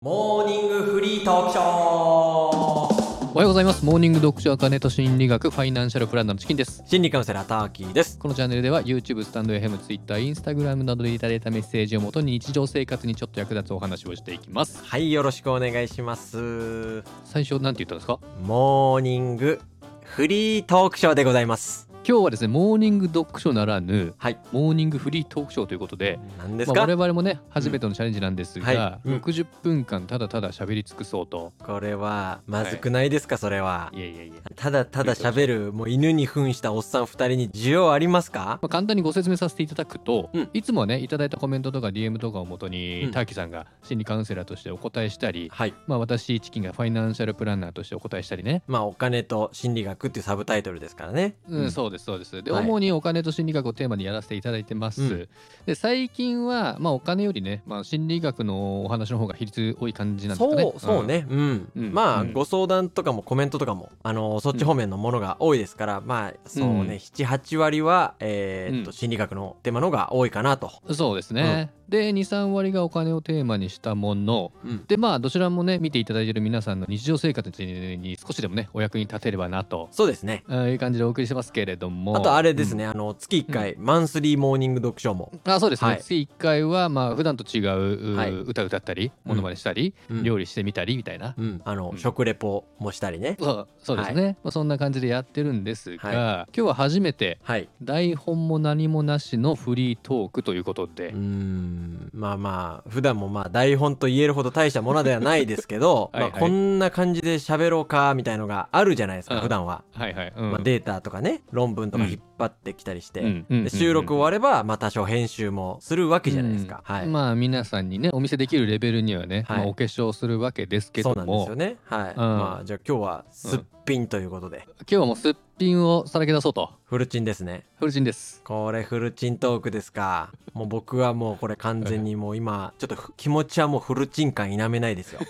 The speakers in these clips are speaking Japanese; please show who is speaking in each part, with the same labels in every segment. Speaker 1: モーニングフリートークショー
Speaker 2: おはようございますモーニング読書アカネと心理学ファイナンシャルプランナーのチキンです
Speaker 1: 心理カウンセラーターキーです
Speaker 2: このチャンネルでは YouTube スタンド FM ツイッターインスタグラムなどでいただいたメッセージをもとに日常生活にちょっと役立つお話をしていきます
Speaker 1: はいよろしくお願いします
Speaker 2: 最初なんて言ったんですか
Speaker 1: モーニングフリートークショーでございます
Speaker 2: 今日はですねモーニング読書ならぬ
Speaker 1: はい
Speaker 2: モーニングフリートークショーということで
Speaker 1: 何です
Speaker 2: ま
Speaker 1: か、
Speaker 2: あ、我々もね初めてのチャレンジなんです
Speaker 1: は
Speaker 2: が、
Speaker 1: いうん
Speaker 2: 60分間ただただ喋り尽くそうと
Speaker 1: これはまずくないですか、それはい
Speaker 2: やいやいや、ま
Speaker 1: ただただ喋るもう犬に扮したおっさん二人に需要ありますか
Speaker 2: あ、簡単にご説明させていただくと、
Speaker 1: うん
Speaker 2: いつもはねいただいたコメントとか DM とかをもとに、
Speaker 1: うん
Speaker 2: ターキさんが心理カウンセラーとしてお答えしたり、
Speaker 1: はい
Speaker 2: まあ、私チキンがファイナンシャルプランナーとしてお答えしたりね、
Speaker 1: まあお金と心理学っていうサブタイトルですからね
Speaker 2: うん
Speaker 1: うん
Speaker 2: そうですそうですで、
Speaker 1: はい
Speaker 2: 主にお金と心理学をテーマにやらせていただいてます、
Speaker 1: うん
Speaker 2: で最近は、まあ、お金よりね、まあ、心理学のお話の方が比率多い感じなんですかね
Speaker 1: そうそう、ねうん、
Speaker 2: うん
Speaker 1: まあ、
Speaker 2: うん
Speaker 1: ご相談とかもコメントとかもあのそっち方面のものが多いですから、まあそう
Speaker 2: うん
Speaker 1: ね、78割は、えーっと
Speaker 2: うん
Speaker 1: 心理学のテーマの方が多いかなと、
Speaker 2: うんそうですね、で23割がお金をテーマにしたもの
Speaker 1: うん
Speaker 2: でまあどちらもね見ていただいている皆さんの日常生活に少しでもねお役に立てればなと
Speaker 1: そうですね
Speaker 2: うんいう感じでお送りしてますけれども
Speaker 1: あとあれですね、あの月1回、マンスリーモーニング読書も、
Speaker 2: あそうですね、
Speaker 1: はい
Speaker 2: 月1回はまあ普段と違うう、
Speaker 1: はい
Speaker 2: 歌歌ったりものまねしたり、
Speaker 1: うん
Speaker 2: 料理してみたりみたいな、
Speaker 1: うんあの、
Speaker 2: うん
Speaker 1: 食レポもしたりね
Speaker 2: そうそうですね、まあ、そんな感じでやってるんですが、
Speaker 1: はい
Speaker 2: 今日は初めて
Speaker 1: はい
Speaker 2: 台本も何もなしのフリートークということで、
Speaker 1: うーんまあまあ普段もまあ台本と言えるほど大したものではないですけど
Speaker 2: はいはい
Speaker 1: まあ、こんな感じで喋ろうかみたいのがあるじゃないです
Speaker 2: う
Speaker 1: か
Speaker 2: ん
Speaker 1: 普段は、
Speaker 2: はいはい、うん
Speaker 1: まあ、データとかね論文とか
Speaker 2: うん
Speaker 1: 引っ張ってきたりして、
Speaker 2: うんうん
Speaker 1: で収録終われば、まあ、多少編集もするわけじゃないですか。
Speaker 2: うん
Speaker 1: はい。
Speaker 2: まあ皆さんにねお見せできるレベルにはね、
Speaker 1: はい
Speaker 2: まあ、お化粧するわけですけ
Speaker 1: そ
Speaker 2: ど
Speaker 1: うなんです
Speaker 2: も、
Speaker 1: よね。はい。
Speaker 2: ん
Speaker 1: まあ、じゃあ今日はすっぴんということで、
Speaker 2: 今日はもうすっぴんをさらけ出そうと
Speaker 1: フルチンですね。
Speaker 2: フルチンです
Speaker 1: これフルチントークですか。もう僕はもうこれ完全にもう今、ちょっとふ気持ちはもうフルチン感否めないですよ。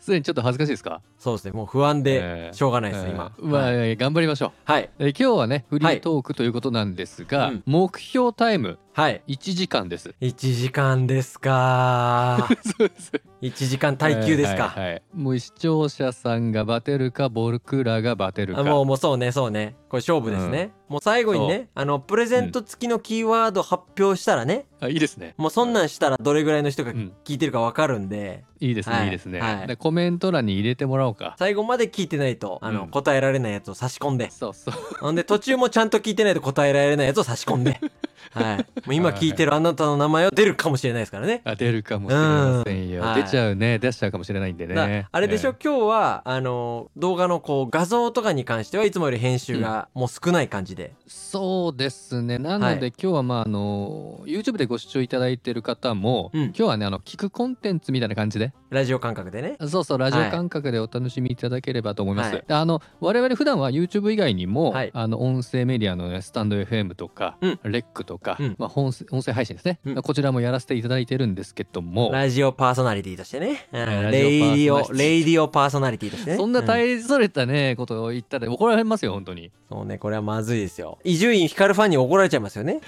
Speaker 2: すでにちょっと恥ずかしいですか
Speaker 1: そうですね。もう不安で
Speaker 2: えー
Speaker 1: しょうがないですね、今。
Speaker 2: うんまあ、
Speaker 1: はい。
Speaker 2: いや頑張りましょう
Speaker 1: はい。
Speaker 2: え今日はねフリートークということなんですが、
Speaker 1: はいうん
Speaker 2: 目標タイム
Speaker 1: はい。
Speaker 2: 1時間 です
Speaker 1: 1時間ですか。
Speaker 2: そうです
Speaker 1: 1時間耐久ですか。
Speaker 2: はいはいはいもう視聴者さんがバテるか僕らがバテるか
Speaker 1: あもうもうそうねそうねこれ勝負ですね、もう最後に
Speaker 2: そ
Speaker 1: ねあのプレゼント付きのキーワード発表したらね、
Speaker 2: あいいですね
Speaker 1: もうそんなんしたらどれぐらいの人が
Speaker 2: うん
Speaker 1: 聞いてるか分かるんで、
Speaker 2: いいですね、
Speaker 1: はい
Speaker 2: い、いですね、
Speaker 1: はい
Speaker 2: でコメント欄に入れてもらおうか
Speaker 1: 最後まで聞いてないとあの、
Speaker 2: うん
Speaker 1: 答えられないやつを差し込んで
Speaker 2: そ うそう
Speaker 1: ほんで途中もちゃんと聞いてないと答えられないやつを差し込ん で、はい、もう今聞いてるあなたの名前は出るかもしれないですからね。
Speaker 2: あ出るかもしれませんよ、
Speaker 1: うんはい
Speaker 2: 出ちゃうね出しちゃうかもしれないんで
Speaker 1: だから
Speaker 2: ね
Speaker 1: あれでしょ、
Speaker 2: え
Speaker 1: 今日はあの動画のこう画像とかに関してはいつもより編集がもう少ない感じで、
Speaker 2: えそうですねなので、
Speaker 1: はい
Speaker 2: 今日はまああの YouTube でご視聴いただいてる方も、
Speaker 1: うん
Speaker 2: 今日はねあの聞くコンテンツみたいな感じで
Speaker 1: ラジオ感覚でね。
Speaker 2: そうそうラジオ感覚でお楽しみいただければと思います、
Speaker 1: はい
Speaker 2: であの我々普段は YouTube 以外にも、
Speaker 1: はい
Speaker 2: あの音声メディアの、ね、スタンド FM とか、
Speaker 1: うん
Speaker 2: レックとか、
Speaker 1: うん
Speaker 2: まあ、本音声配信ですね、
Speaker 1: うん
Speaker 2: こちらもやらせていただいてるんですけども
Speaker 1: ラジオパーソナリティとしてね。うん
Speaker 2: はい
Speaker 1: レイディ
Speaker 2: ラジオパーソ
Speaker 1: オ、
Speaker 2: ナリティ
Speaker 1: レイディオパーソナリティとしてね。
Speaker 2: そんな
Speaker 1: う
Speaker 2: 大それたねことを言ったら怒られますよ本当にい
Speaker 1: そうね、これはまずいですよ。伊集院光ファンに怒られちゃいますよ ね。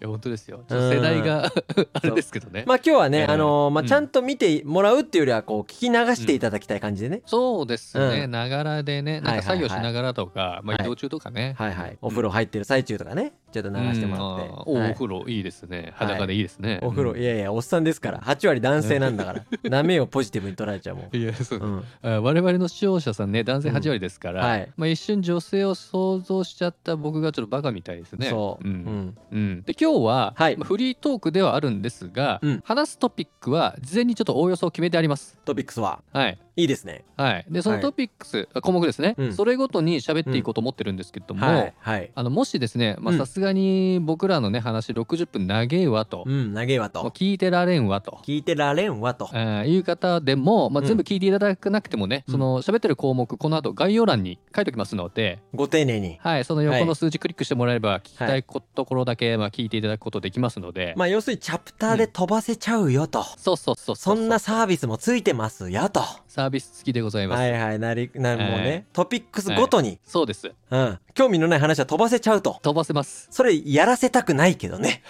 Speaker 2: や本当ですよちょっと世代があれですけどね、
Speaker 1: まあ今日はね、
Speaker 2: ええ
Speaker 1: あのーまあ
Speaker 2: うん
Speaker 1: ちゃんと見てもらうっていうよりは、こう、聞き流していただきたい感じでね。
Speaker 2: そうですね
Speaker 1: うん
Speaker 2: ながらでねなんか作業しながらとか、ま
Speaker 1: はい
Speaker 2: あ、移動中とかね、
Speaker 1: はいはい。お風呂入ってる最中とかね、ちょっと流してもらって。
Speaker 2: うんあー
Speaker 1: は
Speaker 2: おお
Speaker 1: い
Speaker 2: 風呂いいですね裸でいいですね、
Speaker 1: お風呂、
Speaker 2: うん
Speaker 1: いやいや、おっさんですから。8割男性なんだから。舐めをポジティブに取られち ゃうもん。
Speaker 2: いやそう
Speaker 1: うん。
Speaker 2: あ我々の視聴者さんね男性8割ですから、
Speaker 1: うんはい
Speaker 2: まあ、一瞬女性を想像しちゃった僕がちょっとバカみたいですね。
Speaker 1: そう。う
Speaker 2: うん
Speaker 1: ん。
Speaker 2: うんで今日は、
Speaker 1: はい
Speaker 2: まあフリートークではあるんですが、
Speaker 1: うん
Speaker 2: 話すトピックは事前にちょっとおおよそ決めてあります。
Speaker 1: トピックスは、
Speaker 2: はい
Speaker 1: いいですね。
Speaker 2: はい、でその
Speaker 1: はい
Speaker 2: トピックス、あ項目ですね、
Speaker 1: うん
Speaker 2: それごとに喋っていこうと思ってるんですけども、
Speaker 1: はい。はい。
Speaker 2: あのもしですねま
Speaker 1: う
Speaker 2: あ
Speaker 1: ん
Speaker 2: さすがに僕らのね話60分長えわと、
Speaker 1: うん、長えわ
Speaker 2: もう
Speaker 1: と。
Speaker 2: 聞いてられんわと。
Speaker 1: 聞いてられんわと。
Speaker 2: えーいう方でも、まあ、
Speaker 1: うん
Speaker 2: 全部聞いていただかなくてもね、
Speaker 1: うん
Speaker 2: その喋ってる項目この後概要欄に書いておきますので、
Speaker 1: ご丁寧に。
Speaker 2: はい、その横の数字クリックしてもらえれば聞きたいここところだけ、まあ、聞いていただくことできますので、
Speaker 1: まあ要するにチャプターで飛ばせちゃうよと。
Speaker 2: そうそうそう
Speaker 1: そ
Speaker 2: うん
Speaker 1: なサービスもついてますよと。は
Speaker 2: サービス付きでございます、
Speaker 1: いはい、なり、な、もうね、トピックスごとに、
Speaker 2: そうです
Speaker 1: うん、興味のない話は飛ばせちゃうと。
Speaker 2: 飛ばせます
Speaker 1: それやらせたくないけどね。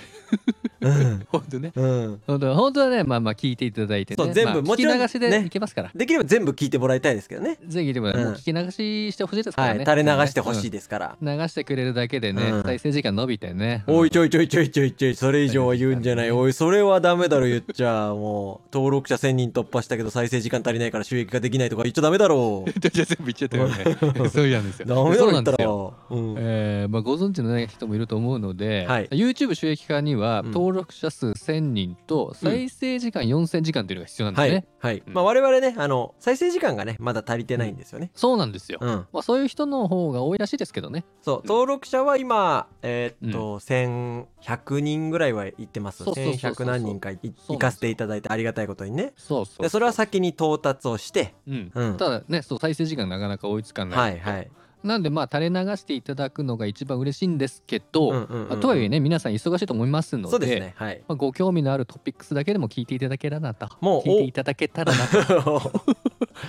Speaker 1: うん
Speaker 2: 本当ね
Speaker 1: うん
Speaker 2: 本当本当はねまあまあ聞いていただいて、ね、
Speaker 1: そう全部
Speaker 2: まあ
Speaker 1: もちろん
Speaker 2: 聞き流し
Speaker 1: ね
Speaker 2: でいけますから、
Speaker 1: できれば全部聞いてもらいたいですけどね
Speaker 2: ぜひでも,、
Speaker 1: うん
Speaker 2: もう聞き流ししてほしいですから
Speaker 1: はい
Speaker 2: ね、
Speaker 1: 垂れ流してほしい
Speaker 2: で
Speaker 1: ですから、
Speaker 2: 流してくれるだけでね、
Speaker 1: うん
Speaker 2: 再生時間伸びてね
Speaker 1: おいち
Speaker 2: ょ
Speaker 1: ょいちょいちょいちょいちょいそれ以上は言うんじゃないおいそれはダメだろ言っちゃもう登録者1000人突破したけど再生時間足りないから収益ができないとか言っちゃダメだろ
Speaker 2: じゃあ全部言っちゃった よねそうなんですよ
Speaker 1: ダメだ
Speaker 2: そ
Speaker 1: ろ
Speaker 2: う
Speaker 1: 言
Speaker 2: な
Speaker 1: っ
Speaker 2: ん
Speaker 1: た
Speaker 2: です
Speaker 1: ら
Speaker 2: よ
Speaker 1: うん
Speaker 2: えーまあ、ご存知のない人もいると思うので、
Speaker 1: はい
Speaker 2: YouTube 収益化には
Speaker 1: うん
Speaker 2: 登録者数1000人と再生時間4000時間というのが必要なんです
Speaker 1: は
Speaker 2: ね、
Speaker 1: いはい
Speaker 2: うん
Speaker 1: まあ我々ねあの再生時間がねまだ足りてないんですよね
Speaker 2: そうなんですよ、
Speaker 1: うん
Speaker 2: まあ、そういう人の方が多いらしいですけどね
Speaker 1: そう登録者は今えーっと1100人ぐらいは行ってます
Speaker 2: そうそうそうそう
Speaker 1: 1100何人かい
Speaker 2: すよ
Speaker 1: 行かせていただいてありがたいことにね
Speaker 2: そうそう
Speaker 1: でそれは先に到達をして
Speaker 2: うん
Speaker 1: うん
Speaker 2: ただねそう再生時間なかなか追いつかない、
Speaker 1: はいはい
Speaker 2: なんでまあ垂れ流していただくのが一番嬉しいんですけど、
Speaker 1: うんうんうん
Speaker 2: まあとはいえね皆さん忙しいと思いますので
Speaker 1: そうですねはい
Speaker 2: まあ、ご興味のあるトピックスだけでも聞いていただけたらなと
Speaker 1: もう
Speaker 2: 聞いていただけたらなと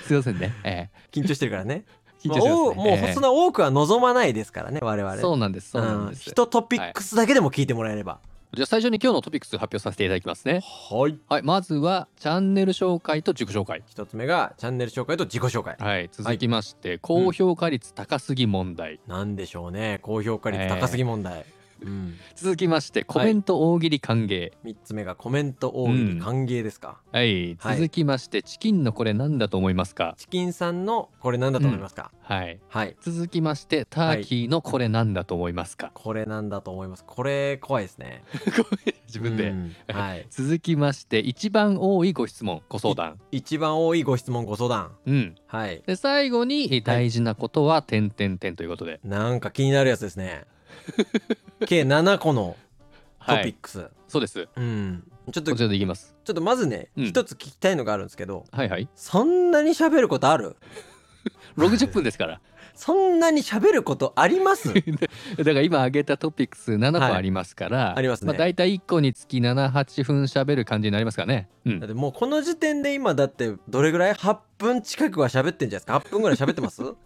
Speaker 2: すいませんね、え
Speaker 1: 緊張してるからね
Speaker 2: え緊
Speaker 1: ま
Speaker 2: 張
Speaker 1: あ
Speaker 2: してま
Speaker 1: お
Speaker 2: すね
Speaker 1: も
Speaker 2: え
Speaker 1: う
Speaker 2: え
Speaker 1: そんな多くは望まないですからね我々
Speaker 2: そうなんですそうなん
Speaker 1: ん
Speaker 2: です、
Speaker 1: 一トピックスだけでも聞いてもらえれば
Speaker 2: じゃあ最初に今日のトピックス発表させていただきますね
Speaker 1: はい
Speaker 2: はいまずはチャンネル紹介と自己紹介
Speaker 1: 一つ目がチャンネル紹介と自己紹介
Speaker 2: はい続きまして、高評価率高すぎ問題、
Speaker 1: なんでしょうね高評価率高すぎ問題、うん、
Speaker 2: 続きましてコメント大喜利歓迎
Speaker 1: 3つ目がコメント大喜利歓迎ですか、
Speaker 2: はい、
Speaker 1: はい
Speaker 2: 続きましてチキンのこれなんだと思いますか
Speaker 1: チキンさんのこれなんだと思いますか、
Speaker 2: はい
Speaker 1: はい
Speaker 2: 続きましてターキーのこれなんだと思いますか、
Speaker 1: これなんだと思いますこれ怖いですね
Speaker 2: ごめん自分で、
Speaker 1: うんはい
Speaker 2: 続きまして一番多いご質問ご相談
Speaker 1: 一番多いご質問ご相談
Speaker 2: うん
Speaker 1: はい
Speaker 2: で最後に大事なことは点点点ということで、
Speaker 1: なんか気になるやつです ね計7個のト
Speaker 2: は
Speaker 1: ピ
Speaker 2: い
Speaker 1: ックス、
Speaker 2: そうです
Speaker 1: うんちょっと
Speaker 2: こちらでいきます
Speaker 1: ちょっとまずね
Speaker 2: うん
Speaker 1: 一、つ聞きたいのがあるんですけど
Speaker 2: はいはい
Speaker 1: そんなに喋ることある
Speaker 2: 60分で すから
Speaker 1: そんなに喋ることあります
Speaker 2: だから今挙げたトピックス7個
Speaker 1: はい
Speaker 2: ありますから、
Speaker 1: ありますね
Speaker 2: あ、大体1個につき78分しゃべる感じになりますからね、う
Speaker 1: だっ
Speaker 2: ん、
Speaker 1: てもうこの時点で今だってどれぐらい8分近くは喋ってんじゃないですか8分ぐらい喋ってます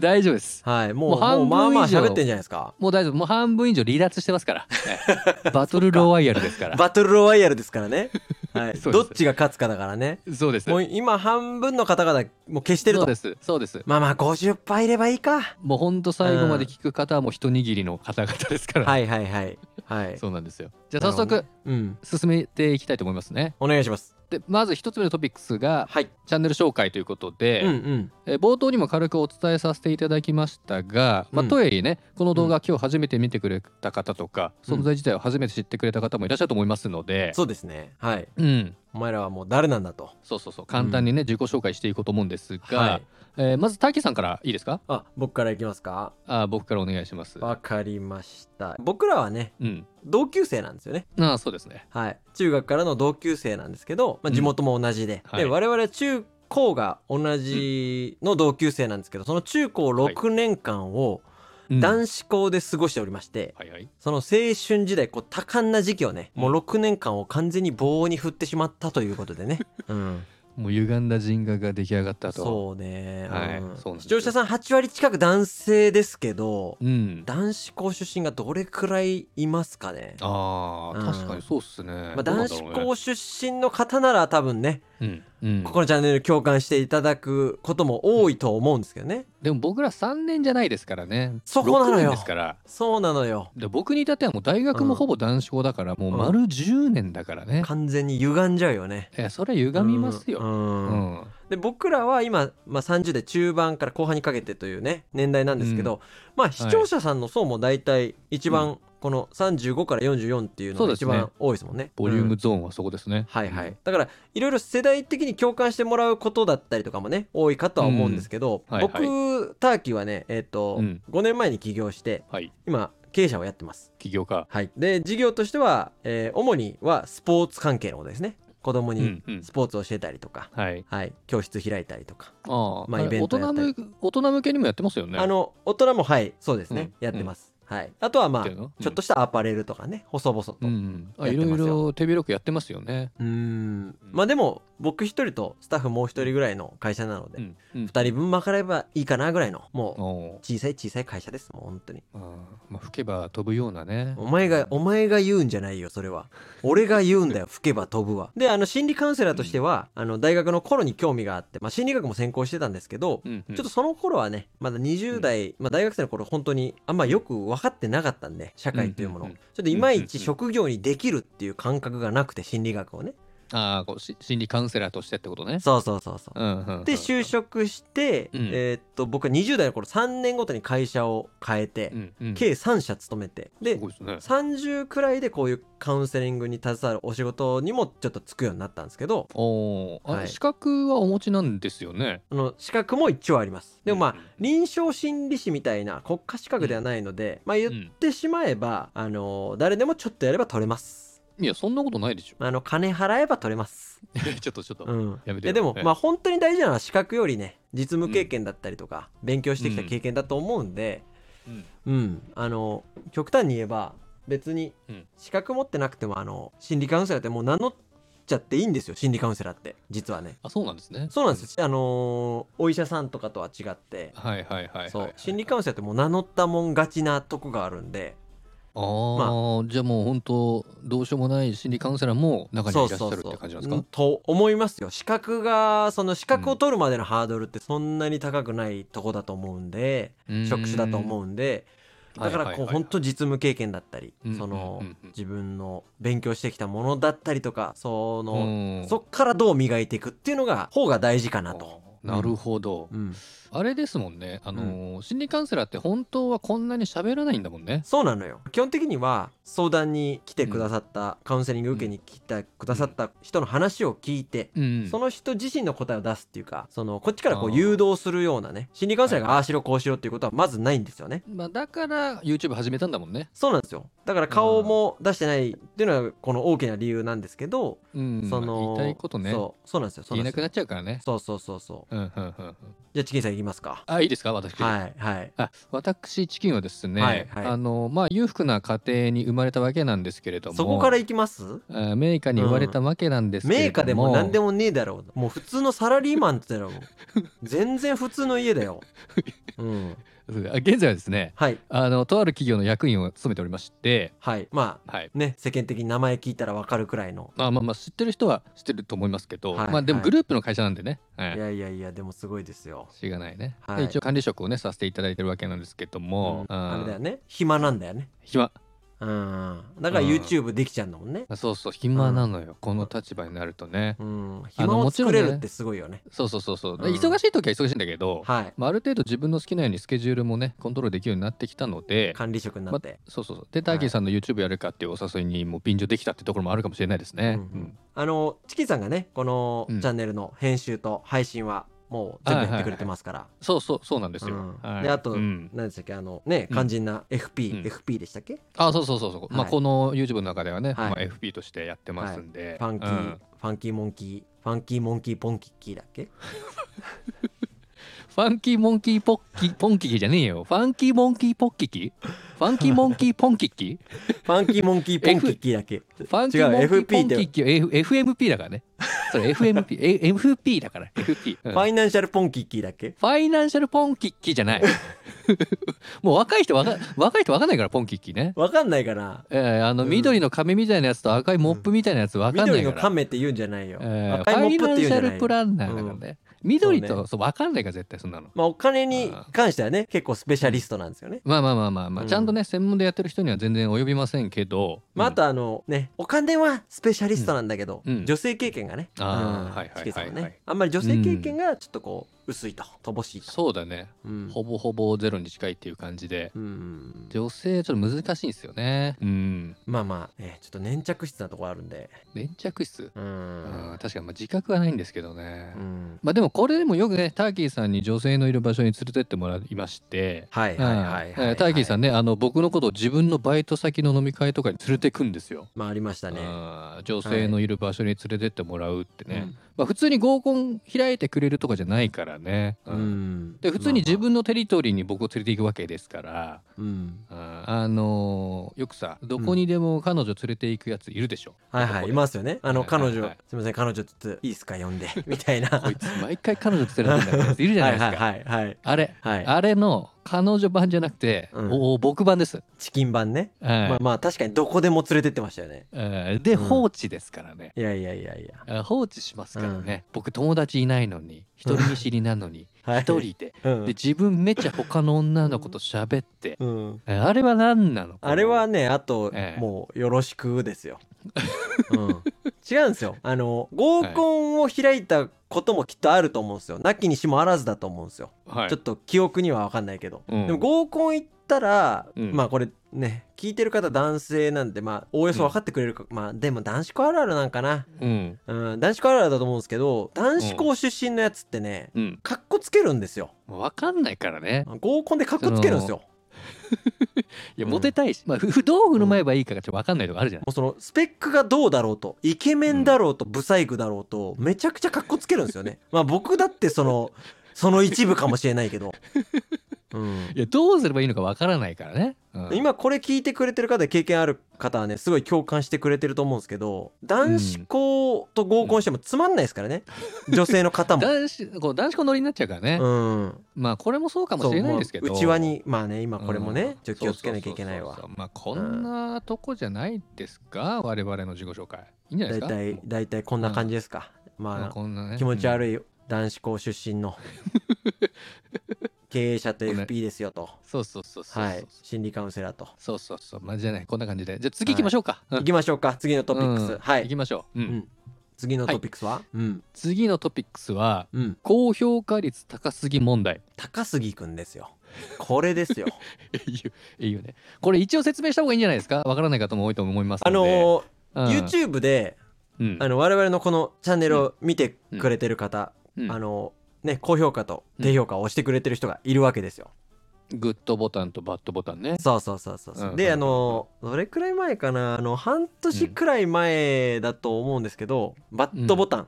Speaker 2: 大丈夫です
Speaker 1: はいもう
Speaker 2: もう半分
Speaker 1: もうまあまあ
Speaker 2: 以上
Speaker 1: 喋ってんじゃないです か
Speaker 2: もう大丈夫もう半分以上離脱してますから バトルロワイヤルですから
Speaker 1: バトルロワイヤルですからね、はい、
Speaker 2: そうで
Speaker 1: ど
Speaker 2: す
Speaker 1: っちが勝つかだからね
Speaker 2: そうです
Speaker 1: もう今半分の方々もう消してる
Speaker 2: そう
Speaker 1: と
Speaker 2: ですそうです
Speaker 1: まあまあ50杯いればいいか
Speaker 2: もうほんと最後まで聞く方はもう一握りの方々ですから、
Speaker 1: はいはいはいはい
Speaker 2: そうなんですよじゃあ
Speaker 1: なる
Speaker 2: 早
Speaker 1: ほど
Speaker 2: 速
Speaker 1: ねうん
Speaker 2: 進めていきたいと思いますね
Speaker 1: お願いします
Speaker 2: でまず一つ目のトピックスが
Speaker 1: はい
Speaker 2: チャンネル紹介ということで、
Speaker 1: うんうん
Speaker 2: えー冒頭にも軽くお伝えさせていただきましたが、まあ、
Speaker 1: うん
Speaker 2: とはいえねこの動画今日初めて見てくれた方とか、
Speaker 1: うん
Speaker 2: 存在自体を初めて知ってくれた方もいらっしゃると思いますので、
Speaker 1: そうですねはい
Speaker 2: うん、
Speaker 1: お前らはもう誰なんだと
Speaker 2: そうそうそう簡単にね自己紹介していこうと思うんですが、
Speaker 1: はい
Speaker 2: えーまずターキーさんからいいですか
Speaker 1: あ僕からいきますか
Speaker 2: あー僕からお願いします。
Speaker 1: わかりました僕らはね
Speaker 2: うん、
Speaker 1: 同級生なんですよね
Speaker 2: あーそうですね。
Speaker 1: はい中学からの同級生なんですけど、まあ、
Speaker 2: うん
Speaker 1: 地元も同じで、
Speaker 2: はい
Speaker 1: で我々中高が同じの同級生なんですけどその中高6年間を
Speaker 2: うん
Speaker 1: 男子校で過ごしておりまして、
Speaker 2: はいはい、
Speaker 1: その青春時代こう多感な時期をねもう6年間を完全に棒に振ってしまったということでね、うん、
Speaker 2: もう歪んだ人格が出来上がったと。
Speaker 1: そうね、
Speaker 2: はい
Speaker 1: うん
Speaker 2: そうなんですよ
Speaker 1: 視聴者さん8割近く男性ですけど
Speaker 2: うん、
Speaker 1: 男子校出身がどれくらいいますかね
Speaker 2: あー
Speaker 1: うん
Speaker 2: 確かにそうっすね。
Speaker 1: まあ、
Speaker 2: どうな
Speaker 1: 男
Speaker 2: んだろう
Speaker 1: 子
Speaker 2: ね
Speaker 1: 校出身の方なら多分ね、
Speaker 2: うんうん、
Speaker 1: ここのチャンネル共感していただくことも多いと思うんですけどね。
Speaker 2: でも僕ら3年じゃないですからね
Speaker 1: そこなのよ
Speaker 2: 6年ですから
Speaker 1: そうなのよ。
Speaker 2: で僕に至ってはもう大学もほぼ男子校だから、もう丸10年だからね、
Speaker 1: 完全に歪んじゃうよね。
Speaker 2: えそれは歪みますよ、
Speaker 1: う
Speaker 2: うん
Speaker 1: んうんで僕らは今、まあ、30代中盤から後半にかけてというね年代なんですけど、まあ視聴者さんの層も大体一番、この35から44っていうの
Speaker 2: そう
Speaker 1: が
Speaker 2: です
Speaker 1: 一
Speaker 2: ね
Speaker 1: 番多いですもんね。
Speaker 2: ボリュー
Speaker 1: うん
Speaker 2: ムゾーンはそこですね、
Speaker 1: はいはい、だからいろいろ世代的に共感してもらうことだったりとかもね多いかとは思うんですけど、
Speaker 2: うんはいはい
Speaker 1: 僕ターキーはねえっ、と、
Speaker 2: うん
Speaker 1: 5年前に起業して
Speaker 2: はい
Speaker 1: 今経営者をやってます
Speaker 2: 起業家
Speaker 1: はいで事業としては、えー主にはスポーツ関係のことですね子供
Speaker 2: う
Speaker 1: に
Speaker 2: んうん
Speaker 1: スポーツを教えたりとか、
Speaker 2: はい
Speaker 1: はい教室開いたりとか、
Speaker 2: ああ、
Speaker 1: まあ
Speaker 2: れ
Speaker 1: イベントや
Speaker 2: 大
Speaker 1: ったり
Speaker 2: 人向大人向けにもやってますよね
Speaker 1: あの大人もはいそうですね、
Speaker 2: うん
Speaker 1: やってます、はい、あとはまあ
Speaker 2: っていうの
Speaker 1: ちょっとしたアパレルとかね細々と
Speaker 2: うんう
Speaker 1: うん
Speaker 2: あ
Speaker 1: やっ
Speaker 2: い
Speaker 1: てます
Speaker 2: ろ
Speaker 1: よ
Speaker 2: いろ手広くやってますよね。
Speaker 1: ーんまあでも僕一人とスタッフもう一人ぐらいの会社なので、
Speaker 2: うんうん
Speaker 1: 二人分まかればいいかなぐらいのも
Speaker 2: おー
Speaker 1: う小さい小さい会社ですもう本当に
Speaker 2: あーまあ、吹けば飛ぶようなね。
Speaker 1: お前がお前が言うんじゃないよそれは俺が言 うんだよ吹けば飛ぶわであの心理カウンセラーとしては、あの大学の頃に興味があって、まあ、心理学も専攻してたんですけど、
Speaker 2: うんうん
Speaker 1: ちょっとその頃はねまだ20代、まあ、大学生の頃本当にあんまよく分かってなかったんで社会というものを、
Speaker 2: うんうんうん
Speaker 1: ちょっといまい
Speaker 2: うん
Speaker 1: ち
Speaker 2: うんうん
Speaker 1: 職業にできるっていう感覚がなくて心理学をね
Speaker 2: ああこうし心理カウンセラーとしてってことね。
Speaker 1: そうそうそうそう
Speaker 2: うんうんうん
Speaker 1: で就職して、
Speaker 2: うん
Speaker 1: えーっと僕は20代の頃3年ごとに会社を変えて、
Speaker 2: うんうん
Speaker 1: 計3社勤めてです
Speaker 2: ごいですね。
Speaker 1: 30くらいでこういうカウンセリングに携わるお仕事にもちょっとつくようになったんですけど
Speaker 2: おーあ、
Speaker 1: はい
Speaker 2: 資格はお持ちなんですよね。
Speaker 1: あの資格も一応ありますでもまあ、
Speaker 2: うん
Speaker 1: 臨床心理士みたいな国家資格ではないので、まあ
Speaker 2: う
Speaker 1: 言っ
Speaker 2: ん
Speaker 1: てしまえば、あの誰でもちょっとやれば取れます
Speaker 2: いやそんなことないで しょ。
Speaker 1: あの金払えば取れます
Speaker 2: ちょっとちょっと。
Speaker 1: うん
Speaker 2: やめて
Speaker 1: い
Speaker 2: よ
Speaker 1: でも、
Speaker 2: ええ
Speaker 1: まあ本当に大事なのは資格よりね実務経験だったりとか、勉強してきた経験だと思うんで、
Speaker 2: うん
Speaker 1: うん、あの極端に言えば別に
Speaker 2: うん
Speaker 1: 資格持ってなくてもあの心理カウンセラーってもう名乗っちゃっていいんですよ心理カウンセラーって実はね
Speaker 2: あそうなんですね。
Speaker 1: そうなんですよ、あのーお医者さんとかとは違って、
Speaker 2: うん。はいはいはいはい。
Speaker 1: そう心理カウンセラーってもう名乗ったもん勝ちなとこがあるんで
Speaker 2: あー、じゃあもう本当どうしようもない心理カウンセラーも中に
Speaker 1: そ
Speaker 2: は
Speaker 1: う
Speaker 2: いらっし
Speaker 1: そ
Speaker 2: ゃ
Speaker 1: う
Speaker 2: るっ
Speaker 1: そう
Speaker 2: て感じなんですか
Speaker 1: うんと思いますよ資格がその資格を取るまでのハードルってそんなに高くないとこだと思うんで、職種だと
Speaker 2: う
Speaker 1: 思うんで
Speaker 2: ん
Speaker 1: だからこう本当実務経験だったり、
Speaker 2: うん
Speaker 1: その、
Speaker 2: うんうんうん
Speaker 1: 自分の勉強してきたものだったりとかその、
Speaker 2: の
Speaker 1: そっからどう磨いていくっていうのが方が大事かなと。
Speaker 2: なるほど、
Speaker 1: うん、
Speaker 2: あれですもんねあのー、心理カウンセラーって本当はこんなに喋らないんだもんね
Speaker 1: そうなのよ基本的には相談に来てくださった、カウンセリング受けに来てくださった人の話を聞いて、
Speaker 2: うん
Speaker 1: その人自身の答えを出すっていうかそのこっちからこ
Speaker 2: あ
Speaker 1: う
Speaker 2: ー
Speaker 1: 誘導するようなね心理カウンセラーが
Speaker 2: はいはい
Speaker 1: ああしろこうしろっていうことはまずないんですよね。
Speaker 2: まあ、だから YouTube 始めたんだもんね、
Speaker 1: そうなんですよだから顔も出してないっていうのがこの大きな理由なんですけど、
Speaker 2: うん、
Speaker 1: その
Speaker 2: 言いたいことね
Speaker 1: そうそうなんですよそう
Speaker 2: 言え
Speaker 1: んで
Speaker 2: な
Speaker 1: す
Speaker 2: く
Speaker 1: よ
Speaker 2: なっちゃうからね
Speaker 1: そうそうそうそう
Speaker 2: うんうんうんうん
Speaker 1: じゃあチキンさんいきますか
Speaker 2: あいいですか私、
Speaker 1: はいはい
Speaker 2: あ私チキンはですね、
Speaker 1: はいはい
Speaker 2: あのまあ裕福な家庭に生まれたわけなんですけれども
Speaker 1: そこからいきます
Speaker 2: あ名家に生まれたわけなんですけれども、
Speaker 1: メーカーでも何でもねえだろうもう普通のサラリーマンってだろう全然普通の家だよ、うん、
Speaker 2: あ現在はですね
Speaker 1: はい
Speaker 2: あのとある企業の役員を務めておりまして、
Speaker 1: はいま
Speaker 2: はい、
Speaker 1: あね世間的に名前聞いたら分かるくらいの
Speaker 2: まあまあまあ知ってる人は知ってると思いますけど、
Speaker 1: はい
Speaker 2: まあでも
Speaker 1: はい
Speaker 2: グループの会社なんでね、はい
Speaker 1: いやいやいやでもすごいですよ、
Speaker 2: しがないね、で
Speaker 1: はい
Speaker 2: 一応管理職をねさせていただいてるわけなんですけど
Speaker 1: うん、、
Speaker 2: もうん
Speaker 1: あれだよね暇なんだよね
Speaker 2: 暇
Speaker 1: うんだから
Speaker 2: うん
Speaker 1: YouTube できちゃうんだもんね
Speaker 2: そうそう暇なのよ、この立場になるとね、
Speaker 1: うん
Speaker 2: あ
Speaker 1: 暇
Speaker 2: の
Speaker 1: を
Speaker 2: もちろ
Speaker 1: 作
Speaker 2: んね
Speaker 1: れるってすごいよね
Speaker 2: そうそうそうそう、で
Speaker 1: うん
Speaker 2: 忙しい時は忙しいんだけど、
Speaker 1: はい
Speaker 2: まあ、ある程度自分の好きなようにスケジュールもねコントロールできるようになってきたので、
Speaker 1: 管理職にな
Speaker 2: ま
Speaker 1: って、
Speaker 2: そうそうそうでターキーさんの YouTube やるかっていうお誘いにもう便乗できたってところもあるかもしれないです
Speaker 1: うんう
Speaker 2: ね、うん
Speaker 1: んあのチキンさんがねこのチ
Speaker 2: うん
Speaker 1: ャンネルの編集と配信はもう全部やってくれてますから、
Speaker 2: そうそうそうなんですよ、
Speaker 1: うん
Speaker 2: はい
Speaker 1: であと
Speaker 2: うん
Speaker 1: 何でしたっけあのね
Speaker 2: うん
Speaker 1: 肝心な FP、
Speaker 2: うん
Speaker 1: FP でしたっけ、
Speaker 2: あそうそうそうそう、まあ
Speaker 1: はい
Speaker 2: この YouTube の中ではね、
Speaker 1: はい
Speaker 2: まあ、FP としてやってますんで、
Speaker 1: ファンキー、ファンキーモンキーファンキーモンキーポンキッキーだっけ
Speaker 2: ファンキーモンキーポッキーポンキキじゃねえよファンキーモンキーポッキキファンキーモンキーポン キキ
Speaker 1: ファンキーモンキーポンキッキーだっけ
Speaker 2: ファンキーモンキーポンキキ F- FMP だからねそれ FMP え FP だから FP、うん
Speaker 1: ファイナンシャルポンキッキーだっけ
Speaker 2: ファイナンシャルポンキッキじ ゃないもう若い人わか若い人わかんないからポンキッキね
Speaker 1: わかんないかな
Speaker 2: えー、あの
Speaker 1: うん
Speaker 2: 緑の亀みたいなやつと赤いモップみたいなやつわかんない
Speaker 1: 緑
Speaker 2: か
Speaker 1: の
Speaker 2: ら、
Speaker 1: 亀って言うんじゃないよ、
Speaker 2: えー
Speaker 1: 赤いモップ
Speaker 2: フ
Speaker 1: って
Speaker 2: ァイナ
Speaker 1: 言
Speaker 2: ンシ
Speaker 1: うんじ
Speaker 2: ャ
Speaker 1: ゃな
Speaker 2: ル
Speaker 1: い
Speaker 2: プ
Speaker 1: よ
Speaker 2: ランナーだからね、緑とそう分かんないから絶対そんなの
Speaker 1: まあお金に関してはね結構スペシャリストなんですよね、
Speaker 2: まあまあまあまあ、まあ
Speaker 1: うん
Speaker 2: ちゃんとね専門でやってる人には全然及びませんけど、
Speaker 1: まあ、あとあのねお金はスペシャリストなんだけど、
Speaker 2: うんうん
Speaker 1: 女性経験がね
Speaker 2: あー
Speaker 1: うん
Speaker 2: はいはいはいはい
Speaker 1: チキンさんはねあんまり女性経験がちょっとこう薄いと乏しいと、
Speaker 2: そうだね、
Speaker 1: うん
Speaker 2: ほぼほぼゼロに近いっていう感じで
Speaker 1: うん
Speaker 2: 女性ちょっと難しいんですよねうん
Speaker 1: まあまあ、えーちょっと粘着質なとこあるんで
Speaker 2: 粘着質、
Speaker 1: う
Speaker 2: うんん、確かにまあ自覚はないんですけどね、
Speaker 1: うん
Speaker 2: まあでもこれでもよくねターキーさんに女性のいる場所に連れてってもらいまして
Speaker 1: はいはいはいはい、
Speaker 2: うんえーターキーさん
Speaker 1: ね
Speaker 2: ねあの僕のことを自分のバイト先の飲み会とかに連れてくんですよ、
Speaker 1: まあありましたね
Speaker 2: うん女性のいる場所に連れてってもらうってね、
Speaker 1: うん
Speaker 2: まあ、普通に合コン開いてくれるとかじゃないからからね。
Speaker 1: う
Speaker 2: うん
Speaker 1: ん
Speaker 2: で普通に自、分のテリトリーに僕を連れていくわけですから、
Speaker 1: まあうん、
Speaker 2: うんあのーよくさどこにでも彼女連れていくやついるでしょ、
Speaker 1: はいはいいますよねあの
Speaker 2: はいはい
Speaker 1: 彼
Speaker 2: はい
Speaker 1: 女、すみません彼女ちょっといいっすか呼 んでみたいな
Speaker 2: こ
Speaker 1: はい
Speaker 2: つ毎回彼女連れてくるやついる
Speaker 1: い
Speaker 2: じゃな
Speaker 1: はい
Speaker 2: で
Speaker 1: い
Speaker 2: すか、
Speaker 1: はいはい
Speaker 2: あれ
Speaker 1: はい
Speaker 2: あれの彼女版じゃなくて、
Speaker 1: うん
Speaker 2: お僕版です、
Speaker 1: チキン版ね、
Speaker 2: はい
Speaker 1: まあまあ確かにどこでも連れてってましたよね
Speaker 2: うんで
Speaker 1: うん
Speaker 2: 放置ですからね、
Speaker 1: いやいやいやいや
Speaker 2: あ放置しますからね、僕友達いないのに人見知りなのに
Speaker 1: はい
Speaker 2: 一人で
Speaker 1: う
Speaker 2: で
Speaker 1: ん、
Speaker 2: 自分めっちゃ他の女の子と喋って、
Speaker 1: うん、
Speaker 2: あれは何なの
Speaker 1: あれはねあと、
Speaker 2: ええ
Speaker 1: もうよろしくです よ、うん、違うんですよあの合コンを開いたこともきっとあると思うんですよなきにしもあらずだと思うんですよ
Speaker 2: はい
Speaker 1: ちょっと記憶には分かんないけど、
Speaker 2: うん
Speaker 1: でも合コン行ったら、
Speaker 2: うん
Speaker 1: まあこれね聞いてる方男性なんでまあおおよそ分かってくれるか、まあでも男子校あるあるなんかな、
Speaker 2: うん
Speaker 1: うん、男子校あるあるだと思うんですけど男子校出身のやつってね、
Speaker 2: うん
Speaker 1: かっこつけるんですよ
Speaker 2: 分かんないからね
Speaker 1: 合コンでかっこつけるんですよ
Speaker 2: いや
Speaker 1: うん
Speaker 2: モテたいし、まあ、ふどう振る舞えばいいかがちょっと分かんないとかあるじゃない
Speaker 1: もうそのスペックがどうだろうとイケメンだろうとブサイクだろうとめちゃくちゃかっこつけるんですよ ねまあ僕だってそのその一部かもしれない けど、うん、
Speaker 2: いやどうすればいいのか分からないからね、うん
Speaker 1: 今これ聞いてくれてる方で経験ある方はねすごい共感してくれてると思うんですけど男子校と合コンしてもつまんないですからね、女性の方も。
Speaker 2: 男子こう男子校乗りになっちゃうからね、
Speaker 1: うん、
Speaker 2: まあこれもそうかも
Speaker 1: そう
Speaker 2: しれないですけど
Speaker 1: もう内輪にまあね今
Speaker 2: うん
Speaker 1: これもね、ちょっと気をつけなきゃいけない
Speaker 2: そう
Speaker 1: わ
Speaker 2: そうそうそうまあこんなとこじゃないですか、我々の自己紹介いいんじゃない
Speaker 1: 大
Speaker 2: ですか
Speaker 1: 体大体こんな感じですか、
Speaker 2: まあ
Speaker 1: ま
Speaker 2: こんな
Speaker 1: あ
Speaker 2: ね
Speaker 1: 気持ち
Speaker 2: い、
Speaker 1: 悪い男子校出 身の経営者と
Speaker 2: ごめん
Speaker 1: FP ですよと
Speaker 2: うんそうそうそうそうそう、
Speaker 1: はい心理カウンセラーと
Speaker 2: そうそうそうまあじゃないこんな感じでじゃあ次行きましょうか、うん
Speaker 1: いきましょうか次のトピックス、
Speaker 2: うん
Speaker 1: は
Speaker 2: 行
Speaker 1: い
Speaker 2: きましょう、うん
Speaker 1: うん次のトピックスは、うん
Speaker 2: 次のトピックスは
Speaker 1: うん
Speaker 2: 高評価率高すぎ問題
Speaker 1: 高杉くんですよこれですよ
Speaker 2: いいよねこれ一応説明した方がいいんじゃないですかわからない方も多いと思います
Speaker 1: あ
Speaker 2: ので、
Speaker 1: のー YouTube で
Speaker 2: うんうん
Speaker 1: あの我々のこのチャンネルを見てくれてる方、
Speaker 2: うん
Speaker 1: あのーね高評価と低評価を押してくれてる人がいるわけですよ。
Speaker 2: グッドボタンとバッドボタンね
Speaker 1: そうそうそうそうそう。
Speaker 2: うん
Speaker 1: であのーどれくらい前かなあの半年くらい前だと思うんですけど、バットボタン、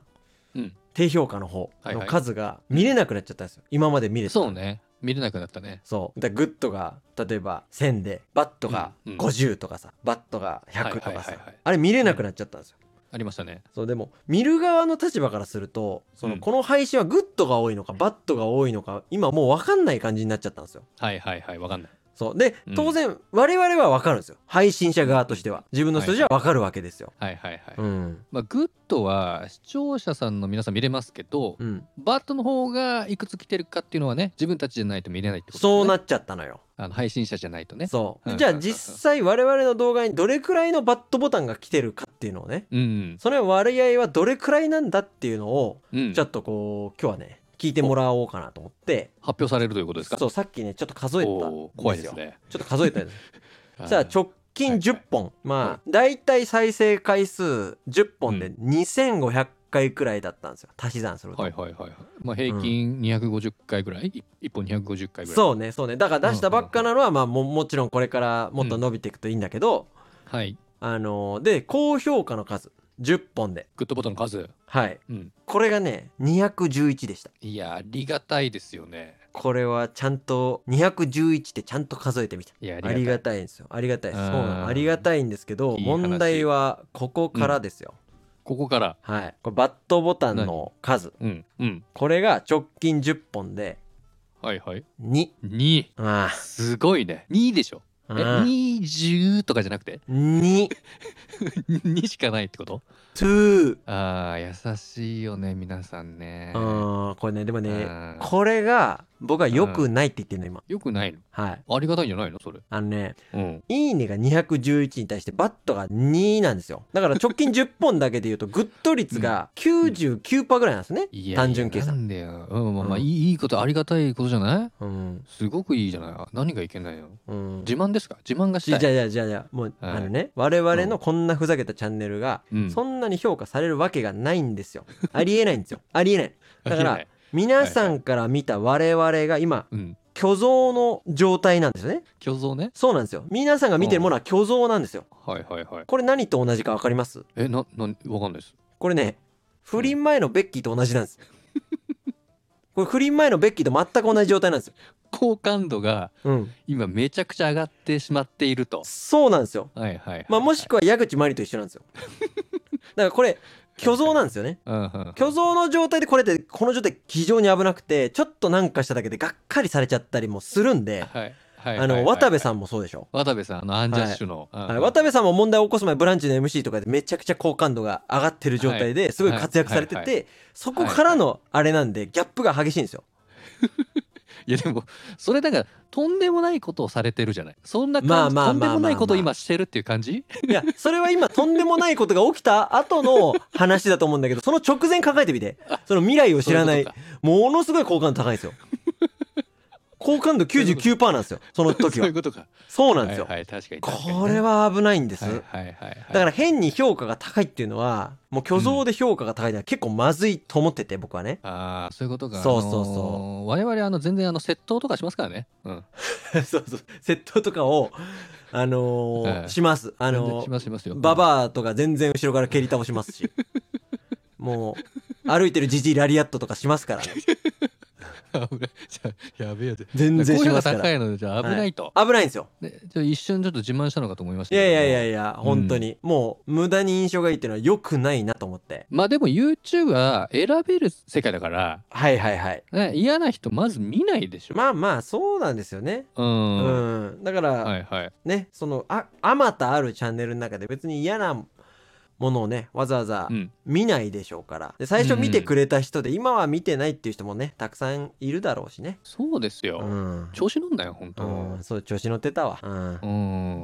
Speaker 2: うん
Speaker 1: 低評価の方
Speaker 2: はい
Speaker 1: の
Speaker 2: はい
Speaker 1: 数が見れなくなっちゃったんですよ。今まで見れてた
Speaker 2: そうね見れなくなったね
Speaker 1: そうだからグッドが例えば1000でバットが
Speaker 2: うんうん
Speaker 1: 50とかさ、バットが100と
Speaker 2: はい
Speaker 1: か
Speaker 2: はい
Speaker 1: さ
Speaker 2: はいはい
Speaker 1: あれ見れなくなっちゃったんですよ。
Speaker 2: ありましたね
Speaker 1: そうでも見る側の立場からするとその、
Speaker 2: うん
Speaker 1: この配信はグッドが多いのかバッドが多いのか今もう分かんない感じになっちゃったんですよ。
Speaker 2: はいはいはいわかんない
Speaker 1: そうで
Speaker 2: うん
Speaker 1: 当然我々は分かるんですよ配信者側としては自分の数字は分かるわけですよ。
Speaker 2: はいはいはい、
Speaker 1: うん
Speaker 2: まあ、グッドは視聴者さんの皆さん見れますけど、
Speaker 1: うん、
Speaker 2: バットの方がいくつ来てるかっていうのはね自分たちじゃないと見れないってことですね
Speaker 1: そうなっちゃったのよ。
Speaker 2: あの配信者じゃないとね
Speaker 1: そう
Speaker 2: う
Speaker 1: で
Speaker 2: ん
Speaker 1: じゃあ実際我々の動画にどれくらいのバットボタンが来てるかっていうのをね
Speaker 2: うん
Speaker 1: その割合はどれくらいなんだっていうのを
Speaker 2: うん
Speaker 1: ちょっとこう今日はね聞いてもらおうかなと思って
Speaker 2: 発表されるということですか
Speaker 1: そうさっきねちょっと数えたんです
Speaker 2: お
Speaker 1: よ
Speaker 2: ー怖いですね
Speaker 1: ちょっと数えたん ですさあ
Speaker 2: ょ
Speaker 1: 直近
Speaker 2: はいはい
Speaker 1: 10本、まあ大体再生回数10本で
Speaker 2: う
Speaker 1: 2500回くらいだったんですよ足し算すると、
Speaker 2: はいはいはいはい、まあ、平均250回ぐらい、い一本250回ぐらい
Speaker 1: そうねそうねだから出したばっかなのは、まあ、ももちろんこれからもっと伸びていくといいんだけど、
Speaker 2: はい
Speaker 1: あのーで高評価の数10本で
Speaker 2: グッドボタンの数
Speaker 1: はい
Speaker 2: うん
Speaker 1: これがね211でした
Speaker 2: いやありがたいですよね
Speaker 1: これはちゃんと211ってちゃんと数えてみた
Speaker 2: いやありが
Speaker 1: あ
Speaker 2: た
Speaker 1: りがたい
Speaker 2: い
Speaker 1: んですよありがたいですそうな
Speaker 2: う
Speaker 1: の
Speaker 2: ん
Speaker 1: ありがたいんですけど
Speaker 2: いい話
Speaker 1: 問題はここからですよ、
Speaker 2: ここから
Speaker 1: はいこれバットボタンの数
Speaker 2: うんうん
Speaker 1: これが直近10本で
Speaker 2: はいはい
Speaker 1: 2
Speaker 2: 2
Speaker 1: あ
Speaker 2: すごいね2でしょ
Speaker 1: あ
Speaker 2: え
Speaker 1: ああ
Speaker 2: 20とかじゃなくて
Speaker 1: 2
Speaker 2: 2しかないってこと
Speaker 1: 2
Speaker 2: ああ優しいよね皆さんね
Speaker 1: うんこれねでもね
Speaker 2: うん
Speaker 1: これが僕は良くないって言ってるの今
Speaker 2: よくないの
Speaker 1: はい
Speaker 2: ありがたいんじゃないのそれ
Speaker 1: あのね
Speaker 2: うん
Speaker 1: いいねが211に対してバットが2なんですよだから直近10本だけで言うとグッド率が99%ぐらいなんですね
Speaker 2: いやいや
Speaker 1: 単純計算
Speaker 2: なんだよ、うん、まあまあ
Speaker 1: うん
Speaker 2: いいいいことありがたいことじゃない
Speaker 1: うん
Speaker 2: すごくいいじゃない何がいけないの
Speaker 1: うん
Speaker 2: 自慢ですか自慢がし
Speaker 1: じゃ
Speaker 2: た
Speaker 1: あ
Speaker 2: い
Speaker 1: じゃあじゃあじゃあもう
Speaker 2: はい
Speaker 1: あのね我々のこんなふざけたチャンネルが
Speaker 2: うん
Speaker 1: そんなに評価されるわけがないんですよありえないんですよありえないだか
Speaker 2: あ
Speaker 1: ら
Speaker 2: り
Speaker 1: 皆さんから見た我々が今
Speaker 2: えないうん
Speaker 1: 虚像の状態なんですよね
Speaker 2: 虚像ね
Speaker 1: そうなんですよ皆さんが見てるものは虚像なんですよ
Speaker 2: はいはいはい
Speaker 1: これ何と同じか分かります
Speaker 2: えななわかんないです
Speaker 1: これね不倫前のベッキーと同じなんですこれ不倫前のベッキーと全く同じ状態なんですよ。
Speaker 2: 好感度が
Speaker 1: うん、
Speaker 2: 今めちゃくちゃ上がってしまっていると。
Speaker 1: そうなんですよ。
Speaker 2: はいはいはい。
Speaker 1: まあ、もしくは矢口真理と一緒なんです よ。だからこれ虚像なんですよね。
Speaker 2: うんうん
Speaker 1: 虚像の状態でこれってこの状態非常に危なくてちょっとなんかしただけでがっかりされちゃったりもするんで
Speaker 2: はいはい
Speaker 1: あの渡部
Speaker 2: ん。
Speaker 1: さんもそうでしょ。
Speaker 2: 渡部さん、あのアンジャッシュの。うん
Speaker 1: はい渡部さんも問題を起こす前「ブランチ」の MC とかでめちゃくちゃ好感度が上がってる状態ですごい活躍されて
Speaker 2: はいはい
Speaker 1: てそこからのあれなんでギャップが激しいんですよ。
Speaker 2: いやでもそれだからとんでもないことをされてるじゃないそんな
Speaker 1: まあ
Speaker 2: 感じ
Speaker 1: まあ
Speaker 2: とんでもないことを
Speaker 1: まあまあま
Speaker 2: 今してるっていう感じ
Speaker 1: いやそれは今とんでもないことが起きた後の話だと思うんだけどその直前考えてみてその未来を知らない
Speaker 2: そういうこ
Speaker 1: ものすごい好感度高いんですよ。好感度99%なんですよその
Speaker 2: と か
Speaker 1: 時
Speaker 2: そう
Speaker 1: は
Speaker 2: いう。ことか
Speaker 1: そうなんですよ
Speaker 2: は。いはい確かに確かにね
Speaker 1: これは危ないんです。
Speaker 2: はいはいはいはい
Speaker 1: だから変に評価が高いっていうのはもう虚像で評価が高いのは結構まずいと思ってて僕はね。
Speaker 2: ああそういうことか
Speaker 1: そうそうそう
Speaker 2: あのー我々あの全然あの窃盗とかしますからねうん
Speaker 1: そうそう窃盗とかをあのー
Speaker 2: はい
Speaker 1: します。あ
Speaker 2: 全然
Speaker 1: の
Speaker 2: し
Speaker 1: ー
Speaker 2: ますしますよ
Speaker 1: バ バアとか全然後ろから蹴り倒します しもう歩いてるじじいラリアットとかしますからね
Speaker 2: ア危ないじゃあやべえやつ
Speaker 1: 全然しますか
Speaker 2: 高
Speaker 1: ら
Speaker 2: いのでじゃあ危ないと、
Speaker 1: 危ないんですよ。
Speaker 2: ねちょ一瞬ちょっと自慢したのかと思いました
Speaker 1: い
Speaker 2: けど
Speaker 1: や
Speaker 2: も
Speaker 1: いやいやいや本当に、もう無駄に印象がいいっていうのは良くないなと思って。
Speaker 2: まあでも YouTube は選べる世界だから、
Speaker 1: はいはいはい。
Speaker 2: ね、嫌な人まず見ないでしょ、
Speaker 1: まあまあそうなんですよね。う
Speaker 2: うん
Speaker 1: ん、だから、
Speaker 2: はいはい
Speaker 1: ねそのああまたあるチャンネルの中で別に嫌なものをねわざわざ
Speaker 2: うん
Speaker 1: 見ないでしょうからで最初見てくれた人で、今は見てないっていう人もねたくさんいるだろうしね
Speaker 2: そうですよ、
Speaker 1: うん、
Speaker 2: 調子乗んなよ本当
Speaker 1: うん、そう調子乗ってたわ、うん
Speaker 2: う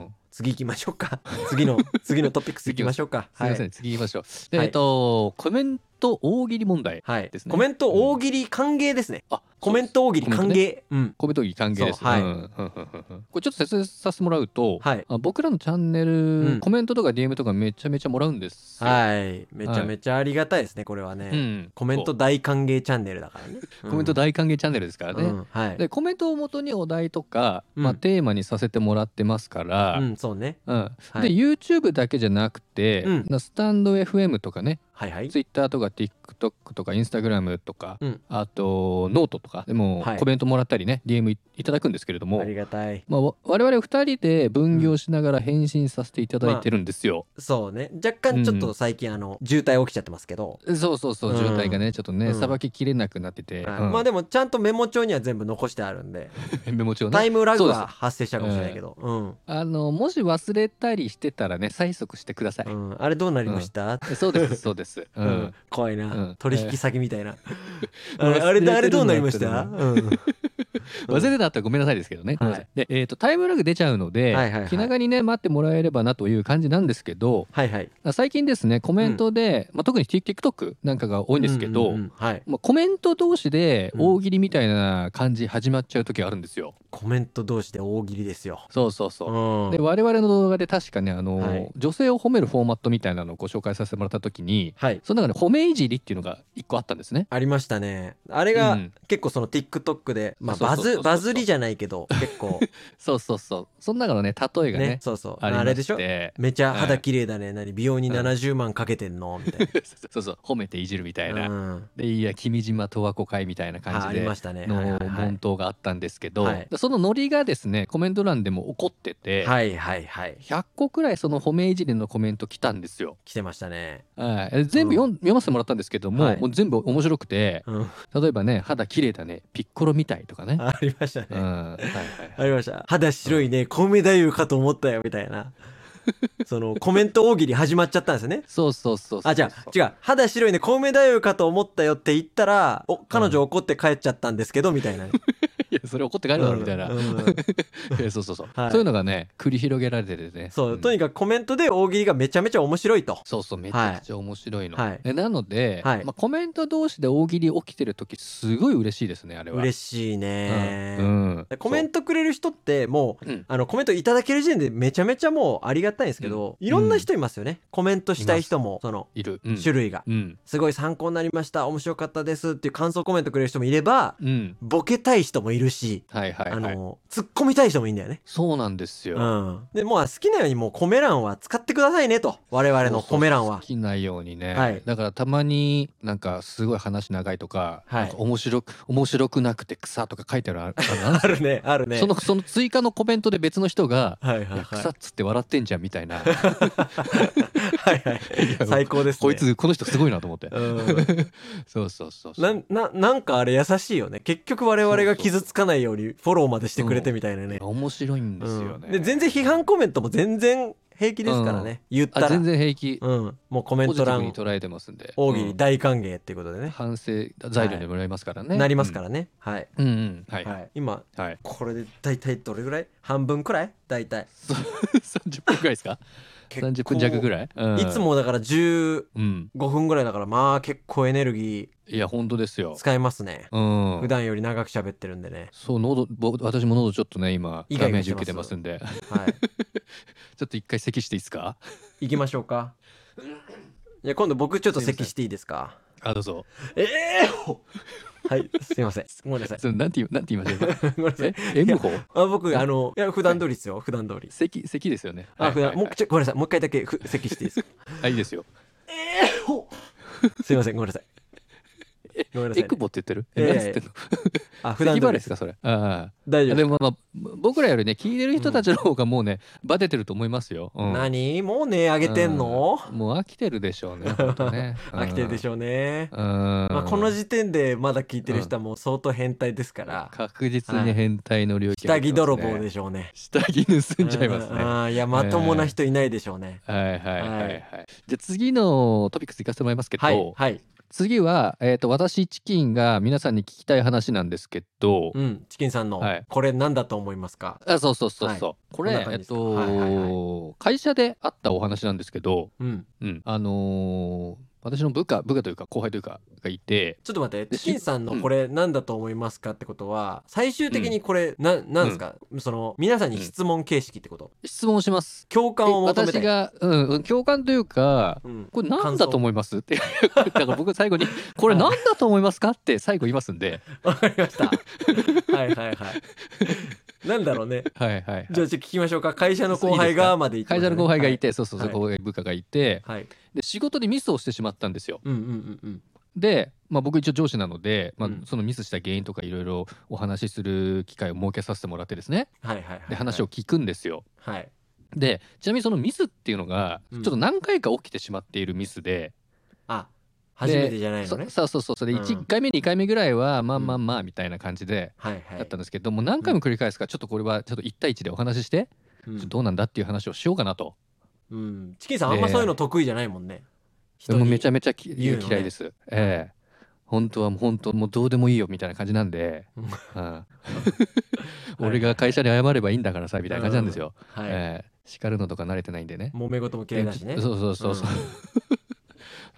Speaker 2: ん、
Speaker 1: 次行きましょうか 次の次のトピックス行きましょうか
Speaker 2: すいません、
Speaker 1: はい、
Speaker 2: 次行きましょうで、
Speaker 1: はい
Speaker 2: えっとコメント大喜利問題
Speaker 1: はい
Speaker 2: ですね
Speaker 1: コメント大喜利歓迎ですね、
Speaker 2: あ
Speaker 1: コメント大喜利
Speaker 2: そう
Speaker 1: 歓
Speaker 2: です
Speaker 1: 迎うん
Speaker 2: コメント大喜利歓迎です
Speaker 1: そうはい
Speaker 2: うんうんうんうんうんこれちょっと説明させてもらうと、
Speaker 1: はい
Speaker 2: あ僕らのチャンネル、
Speaker 1: うん
Speaker 2: コメントとか DM とかめちゃめちゃもらうんですよ
Speaker 1: はいめちゃめちゃありがたいですねこれはね、
Speaker 2: うん、
Speaker 1: コメント
Speaker 2: そ
Speaker 1: 大歓迎チャンネルだからね、
Speaker 2: うコメント
Speaker 1: だ
Speaker 2: 大歓迎チャンネルですからね、
Speaker 1: うん、はい
Speaker 2: でコメントをもとにお題とか、
Speaker 1: うん
Speaker 2: まあ、テーマにさせてもらってますから、
Speaker 1: う
Speaker 2: うん
Speaker 1: んそうねはい
Speaker 2: で YouTube だけじゃなくて、
Speaker 1: うん
Speaker 2: なスタンド FM とかね
Speaker 1: はいはい
Speaker 2: Twitter とか TikTok とか Instagram とか、
Speaker 1: うん
Speaker 2: あとノートとかでも
Speaker 1: はい
Speaker 2: コメントもらったりね、DM いいただくんですけれども
Speaker 1: ありがたい
Speaker 2: まあ、わ我々2人で分業しながら返信させていただいてるんですよ。
Speaker 1: そうね若干ちょっ
Speaker 2: う
Speaker 1: と最近あの渋滞起きちゃってますけど、
Speaker 2: そうそうそう
Speaker 1: うん
Speaker 2: 状態がねちょっとね
Speaker 1: うん
Speaker 2: さば、ききれなくなってて、
Speaker 1: はい
Speaker 2: うん
Speaker 1: まあでもちゃんとメモ帳には全部残してあるんで
Speaker 2: メモ帳
Speaker 1: タ
Speaker 2: ね
Speaker 1: イムラグ
Speaker 2: そう
Speaker 1: は
Speaker 2: で
Speaker 1: 発生したかもしれないけどうん、
Speaker 2: あのもし忘れたりしてたらね催促してください。
Speaker 1: うんあれどうなりました、
Speaker 2: そうですそうです。 う
Speaker 1: うん
Speaker 2: ん、
Speaker 1: 怖いな、
Speaker 2: うん
Speaker 1: 取引先みたい な、
Speaker 2: う
Speaker 1: あ
Speaker 2: ん
Speaker 1: れあれ
Speaker 2: 忘れてるんだ
Speaker 1: あれどうなりまし
Speaker 2: った
Speaker 1: た、
Speaker 2: ら
Speaker 1: うん
Speaker 2: 忘れてたったらごめんなさいですけどね。
Speaker 1: はい
Speaker 2: で、えー、とタイムラグ出ちゃうので、
Speaker 1: はいはいはい
Speaker 2: 気長にね待ってもらえればなという感じなんですけど
Speaker 1: はいはい
Speaker 2: 最近ですねコメントで、まあ、特に TikTok なんかが多いんですけど、
Speaker 1: うんうんうんはい
Speaker 2: まあ、コメント同士で
Speaker 1: うん
Speaker 2: 大喜利みたいな感じ始まっちゃう時あるんですよ。
Speaker 1: コメント同士で大喜利ですよ、
Speaker 2: そうそうそうう。
Speaker 1: ん、
Speaker 2: で我々の動画で確かねあの、
Speaker 1: はい
Speaker 2: 女性を褒めるフォーマットみたいなのをご紹介させてもらった時に
Speaker 1: はい
Speaker 2: その中で褒めいじりっていうのが一個あったんですね。
Speaker 1: ありましたねあれが
Speaker 2: うん
Speaker 1: 結構その TikTok で、まあ、
Speaker 2: そう
Speaker 1: バ
Speaker 2: そうそう
Speaker 1: ズ
Speaker 2: そう
Speaker 1: バズりじゃないけど結 構
Speaker 2: そうそうそう。その中のね例えがね
Speaker 1: ねそうそう
Speaker 2: ありま
Speaker 1: あれでしょ
Speaker 2: して
Speaker 1: めちゃ肌綺麗だね、何美容に
Speaker 2: うん
Speaker 1: 70万かけてん のみたい
Speaker 2: そうそう褒めていじるみたいな。
Speaker 1: な、うん、
Speaker 2: でいや君島十和子会みたいな
Speaker 1: あ
Speaker 2: 感
Speaker 1: あ
Speaker 2: じ
Speaker 1: り
Speaker 2: で
Speaker 1: ま。したねはい
Speaker 2: の
Speaker 1: はいは
Speaker 2: 問
Speaker 1: い
Speaker 2: 答があったんですけど、
Speaker 1: はい
Speaker 2: そのノリがですねコメント欄でも起こってて、
Speaker 1: はいはいはい
Speaker 2: 100個くらいその褒めいじりのコメント来たんですよ。
Speaker 1: 来てましたね、
Speaker 2: はいえ全部読,、読ませてもらったんですけども、
Speaker 1: はい
Speaker 2: もう全部面白くて
Speaker 1: うん、
Speaker 2: 例えばね肌綺麗だねピッコロみたいとかね。
Speaker 1: ありましたね、
Speaker 2: うんはいはい
Speaker 1: ありました肌白いね小目太夫かと思ったよみたい なそのコメント大喜利始まっちゃったんですよね
Speaker 2: そうそうそうそう
Speaker 1: あじゃあ違う肌白いね小目太夫かと思ったよって言ったらお彼女怒って帰っちゃったんですけどみたいな、
Speaker 2: いやそれ怒って帰るだろみたいな、
Speaker 1: うんうん
Speaker 2: いやそうそうそう、
Speaker 1: はい
Speaker 2: そういうのがね繰り広げられててね
Speaker 1: そう、
Speaker 2: ん
Speaker 1: とにかくコメントで大喜利がめちゃめちゃ面白いと。
Speaker 2: そうそうめちゃくちゃ面白いの、
Speaker 1: はい
Speaker 2: えなので、
Speaker 1: はい
Speaker 2: まあ、コメント同士で大喜利起きてる時すごい嬉しいですねあれは
Speaker 1: 嬉しいね、
Speaker 2: うんうん、
Speaker 1: コメントくれる人ってもう
Speaker 2: そう、うん
Speaker 1: あのコメントいただける時点でめちゃめちゃもうありがたいんですけど、いろんな人いますよねコメントしたい人もその
Speaker 2: いる、うん、
Speaker 1: 種類が、
Speaker 2: うん
Speaker 1: すごい参考になりました面白かったですっていう感想コメントくれる人もいれば
Speaker 2: うん
Speaker 1: ボケたい人もいいるし、
Speaker 2: はいはい
Speaker 1: あ
Speaker 2: はい、
Speaker 1: の突っ込みたい人もいいんだよね。
Speaker 2: そうなんですよ、
Speaker 1: うん、でもう好きなようにもうコメ欄は使ってくださいねと我々のコメ欄は
Speaker 2: そうそうそう好きなようにね、
Speaker 1: はい
Speaker 2: だからたまになんかすごい話長いとか,、
Speaker 1: はい
Speaker 2: なんか面白く面白くなくて草とか書いて あるああ
Speaker 1: あるねあるね
Speaker 2: そのその追加のコメントで別の人が
Speaker 1: はい
Speaker 2: 「い
Speaker 1: はい
Speaker 2: や
Speaker 1: はい
Speaker 2: 草っつって笑ってんじゃん」みたいな
Speaker 1: はいはい最高ですね
Speaker 2: こいつこの人すごいなと思 って
Speaker 1: うん
Speaker 2: そうそうそうそう
Speaker 1: なんななんかあれ優しいよね結局我々が傷つかないようにフォローまでしてくれてみたいなね
Speaker 2: 面白いんですよね、
Speaker 1: うんで全然批判コメントも全然平気ですからね、言った
Speaker 2: あ
Speaker 1: ら
Speaker 2: 全然平気
Speaker 1: うん、もうコメ
Speaker 2: ポ
Speaker 1: ン
Speaker 2: ジテ
Speaker 1: ト
Speaker 2: ィブに
Speaker 1: 欄
Speaker 2: 捉えてますんで
Speaker 1: 大喜
Speaker 2: う
Speaker 1: 利
Speaker 2: ん
Speaker 1: 大歓迎っていうことでね、
Speaker 2: 反省材料にもらえますからね、
Speaker 1: なりますからね、はい、
Speaker 2: うん、うんうんはい
Speaker 1: は
Speaker 2: はい、
Speaker 1: い、今 これで大体どれぐらい半分くらい大体
Speaker 2: そう30分くらいですか30分弱ぐ
Speaker 1: らい、
Speaker 2: らい、うん
Speaker 1: いつもだから15
Speaker 2: うん
Speaker 1: 分ぐらいだからまあ結構エネルギ
Speaker 2: いや本当です
Speaker 1: ー
Speaker 2: よ
Speaker 1: 使いますね
Speaker 2: うん
Speaker 1: 普段より長く喋ってるんでね
Speaker 2: そう喉僕私も喉ちょっとね今
Speaker 1: イガ
Speaker 2: ダ
Speaker 1: イガ
Speaker 2: メー
Speaker 1: し
Speaker 2: ジ
Speaker 1: て
Speaker 2: 受
Speaker 1: ます
Speaker 2: けてますんで
Speaker 1: はい
Speaker 2: ちょっと一回咳していいですか
Speaker 1: 行きましょうかいや今度僕ちょっと席していいですか
Speaker 2: あどうぞ
Speaker 1: ええはいすいませんごめんなさい
Speaker 2: それなんて言うなんて言いました 今
Speaker 1: ごめんなさい
Speaker 2: え M 法
Speaker 1: あ僕あのいや普段通りですよ普段通り
Speaker 2: 咳咳ですよね
Speaker 1: あ普
Speaker 2: はいは
Speaker 1: 段
Speaker 2: い
Speaker 1: もうちょごめんなさいもう一回だけふ咳していいですか
Speaker 2: あいいですよ
Speaker 1: すいませんごめんなさいごめんなさい
Speaker 2: エ
Speaker 1: ね
Speaker 2: クボって言ってる
Speaker 1: いやいや
Speaker 2: えなんつってんの
Speaker 1: あ普段
Speaker 2: 咳
Speaker 1: 通りで
Speaker 2: 払いですすかそれあ
Speaker 1: 大
Speaker 2: あ
Speaker 1: 丈夫
Speaker 2: でもまあ僕らよりね聞いてる人たちの方がもうねバテてると思いますようん
Speaker 1: 何もう値上げてんの
Speaker 2: うんもう飽きてるでしょうね本当ね
Speaker 1: 飽きてるでし
Speaker 2: ょ
Speaker 1: ょうね
Speaker 2: うん
Speaker 1: まあこの時点でまだ聞いてる人はもう相当変態ですから
Speaker 2: 確実に変態の領域
Speaker 1: 下着泥棒
Speaker 2: で
Speaker 1: でしょう ね
Speaker 2: 下着盗んじゃいますね
Speaker 1: ああいやまともな人いないでしょうね
Speaker 2: はいはいはいは、
Speaker 1: はいい
Speaker 2: じゃあ次のトピックスいかせてもらいますけど、
Speaker 1: はいはい
Speaker 2: 次は、えー、と私チキンが皆さんに聞きたい話なんですけど、
Speaker 1: うんチキンさんの
Speaker 2: はい
Speaker 1: これなんだと思いますか
Speaker 2: あそうそうそうそう、これ
Speaker 1: こんな感じ
Speaker 2: えっ
Speaker 1: ですか
Speaker 2: と、
Speaker 1: はいはい
Speaker 2: 会社であったお話なんですけど、
Speaker 1: うん
Speaker 2: うんあのー私の部下部下というか後輩というかがいて
Speaker 1: ちょっと待って
Speaker 2: で
Speaker 1: チキンさん
Speaker 2: う
Speaker 1: の
Speaker 2: ん
Speaker 1: これなんだと思いますかってことは最終的にこれななんですかその皆さんに質問形式ってこと
Speaker 2: 質問します。
Speaker 1: 共
Speaker 2: で
Speaker 1: 感を求めたい
Speaker 2: 私が、うんうん、共感というか
Speaker 1: うん
Speaker 2: これなんだと 思いますってだから僕最後に「これなんだと思いますか?」って最後言いますんで
Speaker 1: わかりました。はいはいはい。なんだろうね。
Speaker 2: はいはい、はい、
Speaker 1: じゃあちょっと聞きましょうか。会社の後
Speaker 2: いい
Speaker 1: 輩
Speaker 2: ですか
Speaker 1: がまで行って
Speaker 2: 会
Speaker 1: ました
Speaker 2: 社
Speaker 1: ね
Speaker 2: の後輩がい。て、そうそうそう、
Speaker 1: はい
Speaker 2: 後輩部下がいて
Speaker 1: はい。はい
Speaker 2: で仕事でミスをしてしまったんですよ
Speaker 1: うんうんうんうん。
Speaker 2: で、まあ、僕一応上司なので、まあ
Speaker 1: うん、
Speaker 2: そのミスした原因とかいろいろお話しする機会を設けさせてもらってですね
Speaker 1: はいはいはいはい。
Speaker 2: で話を。聞くんですよ
Speaker 1: はい。
Speaker 2: でちなみにそのミスっていうのが
Speaker 1: う
Speaker 2: ちょ
Speaker 1: ん
Speaker 2: っと何回か起きてしまっているミスで、
Speaker 1: あ、初めてじゃない
Speaker 2: そ
Speaker 1: のね。
Speaker 2: そうそうそうそれ
Speaker 1: うん
Speaker 2: 1回目2回目ぐらいはまあ
Speaker 1: うん
Speaker 2: まあまあみたいな感じで
Speaker 1: はいはい。
Speaker 2: だったんですけどもう何回も繰り返すからちょっとこれはちょっと1対1でお話しして
Speaker 1: う
Speaker 2: ちょっと
Speaker 1: ん
Speaker 2: どうなんだっていう話をしようかなと
Speaker 1: うん。チキンさんあんまそういうの得意じゃないもんね。
Speaker 2: でもめちゃ
Speaker 1: め
Speaker 2: めちゃき
Speaker 1: 言うのね
Speaker 2: 嫌いです。ええ本当はもう本当もうどうでもいいよみたいな感じなんで、
Speaker 1: うん
Speaker 2: うん、 俺が会社に謝ればいいんだからさみたいな感じなんですよ。
Speaker 1: ゃ。はい。
Speaker 2: ええ叱るのとか慣れてないんでね。
Speaker 1: 揉め事も嫌いだしね。
Speaker 2: ええそうそうそうそ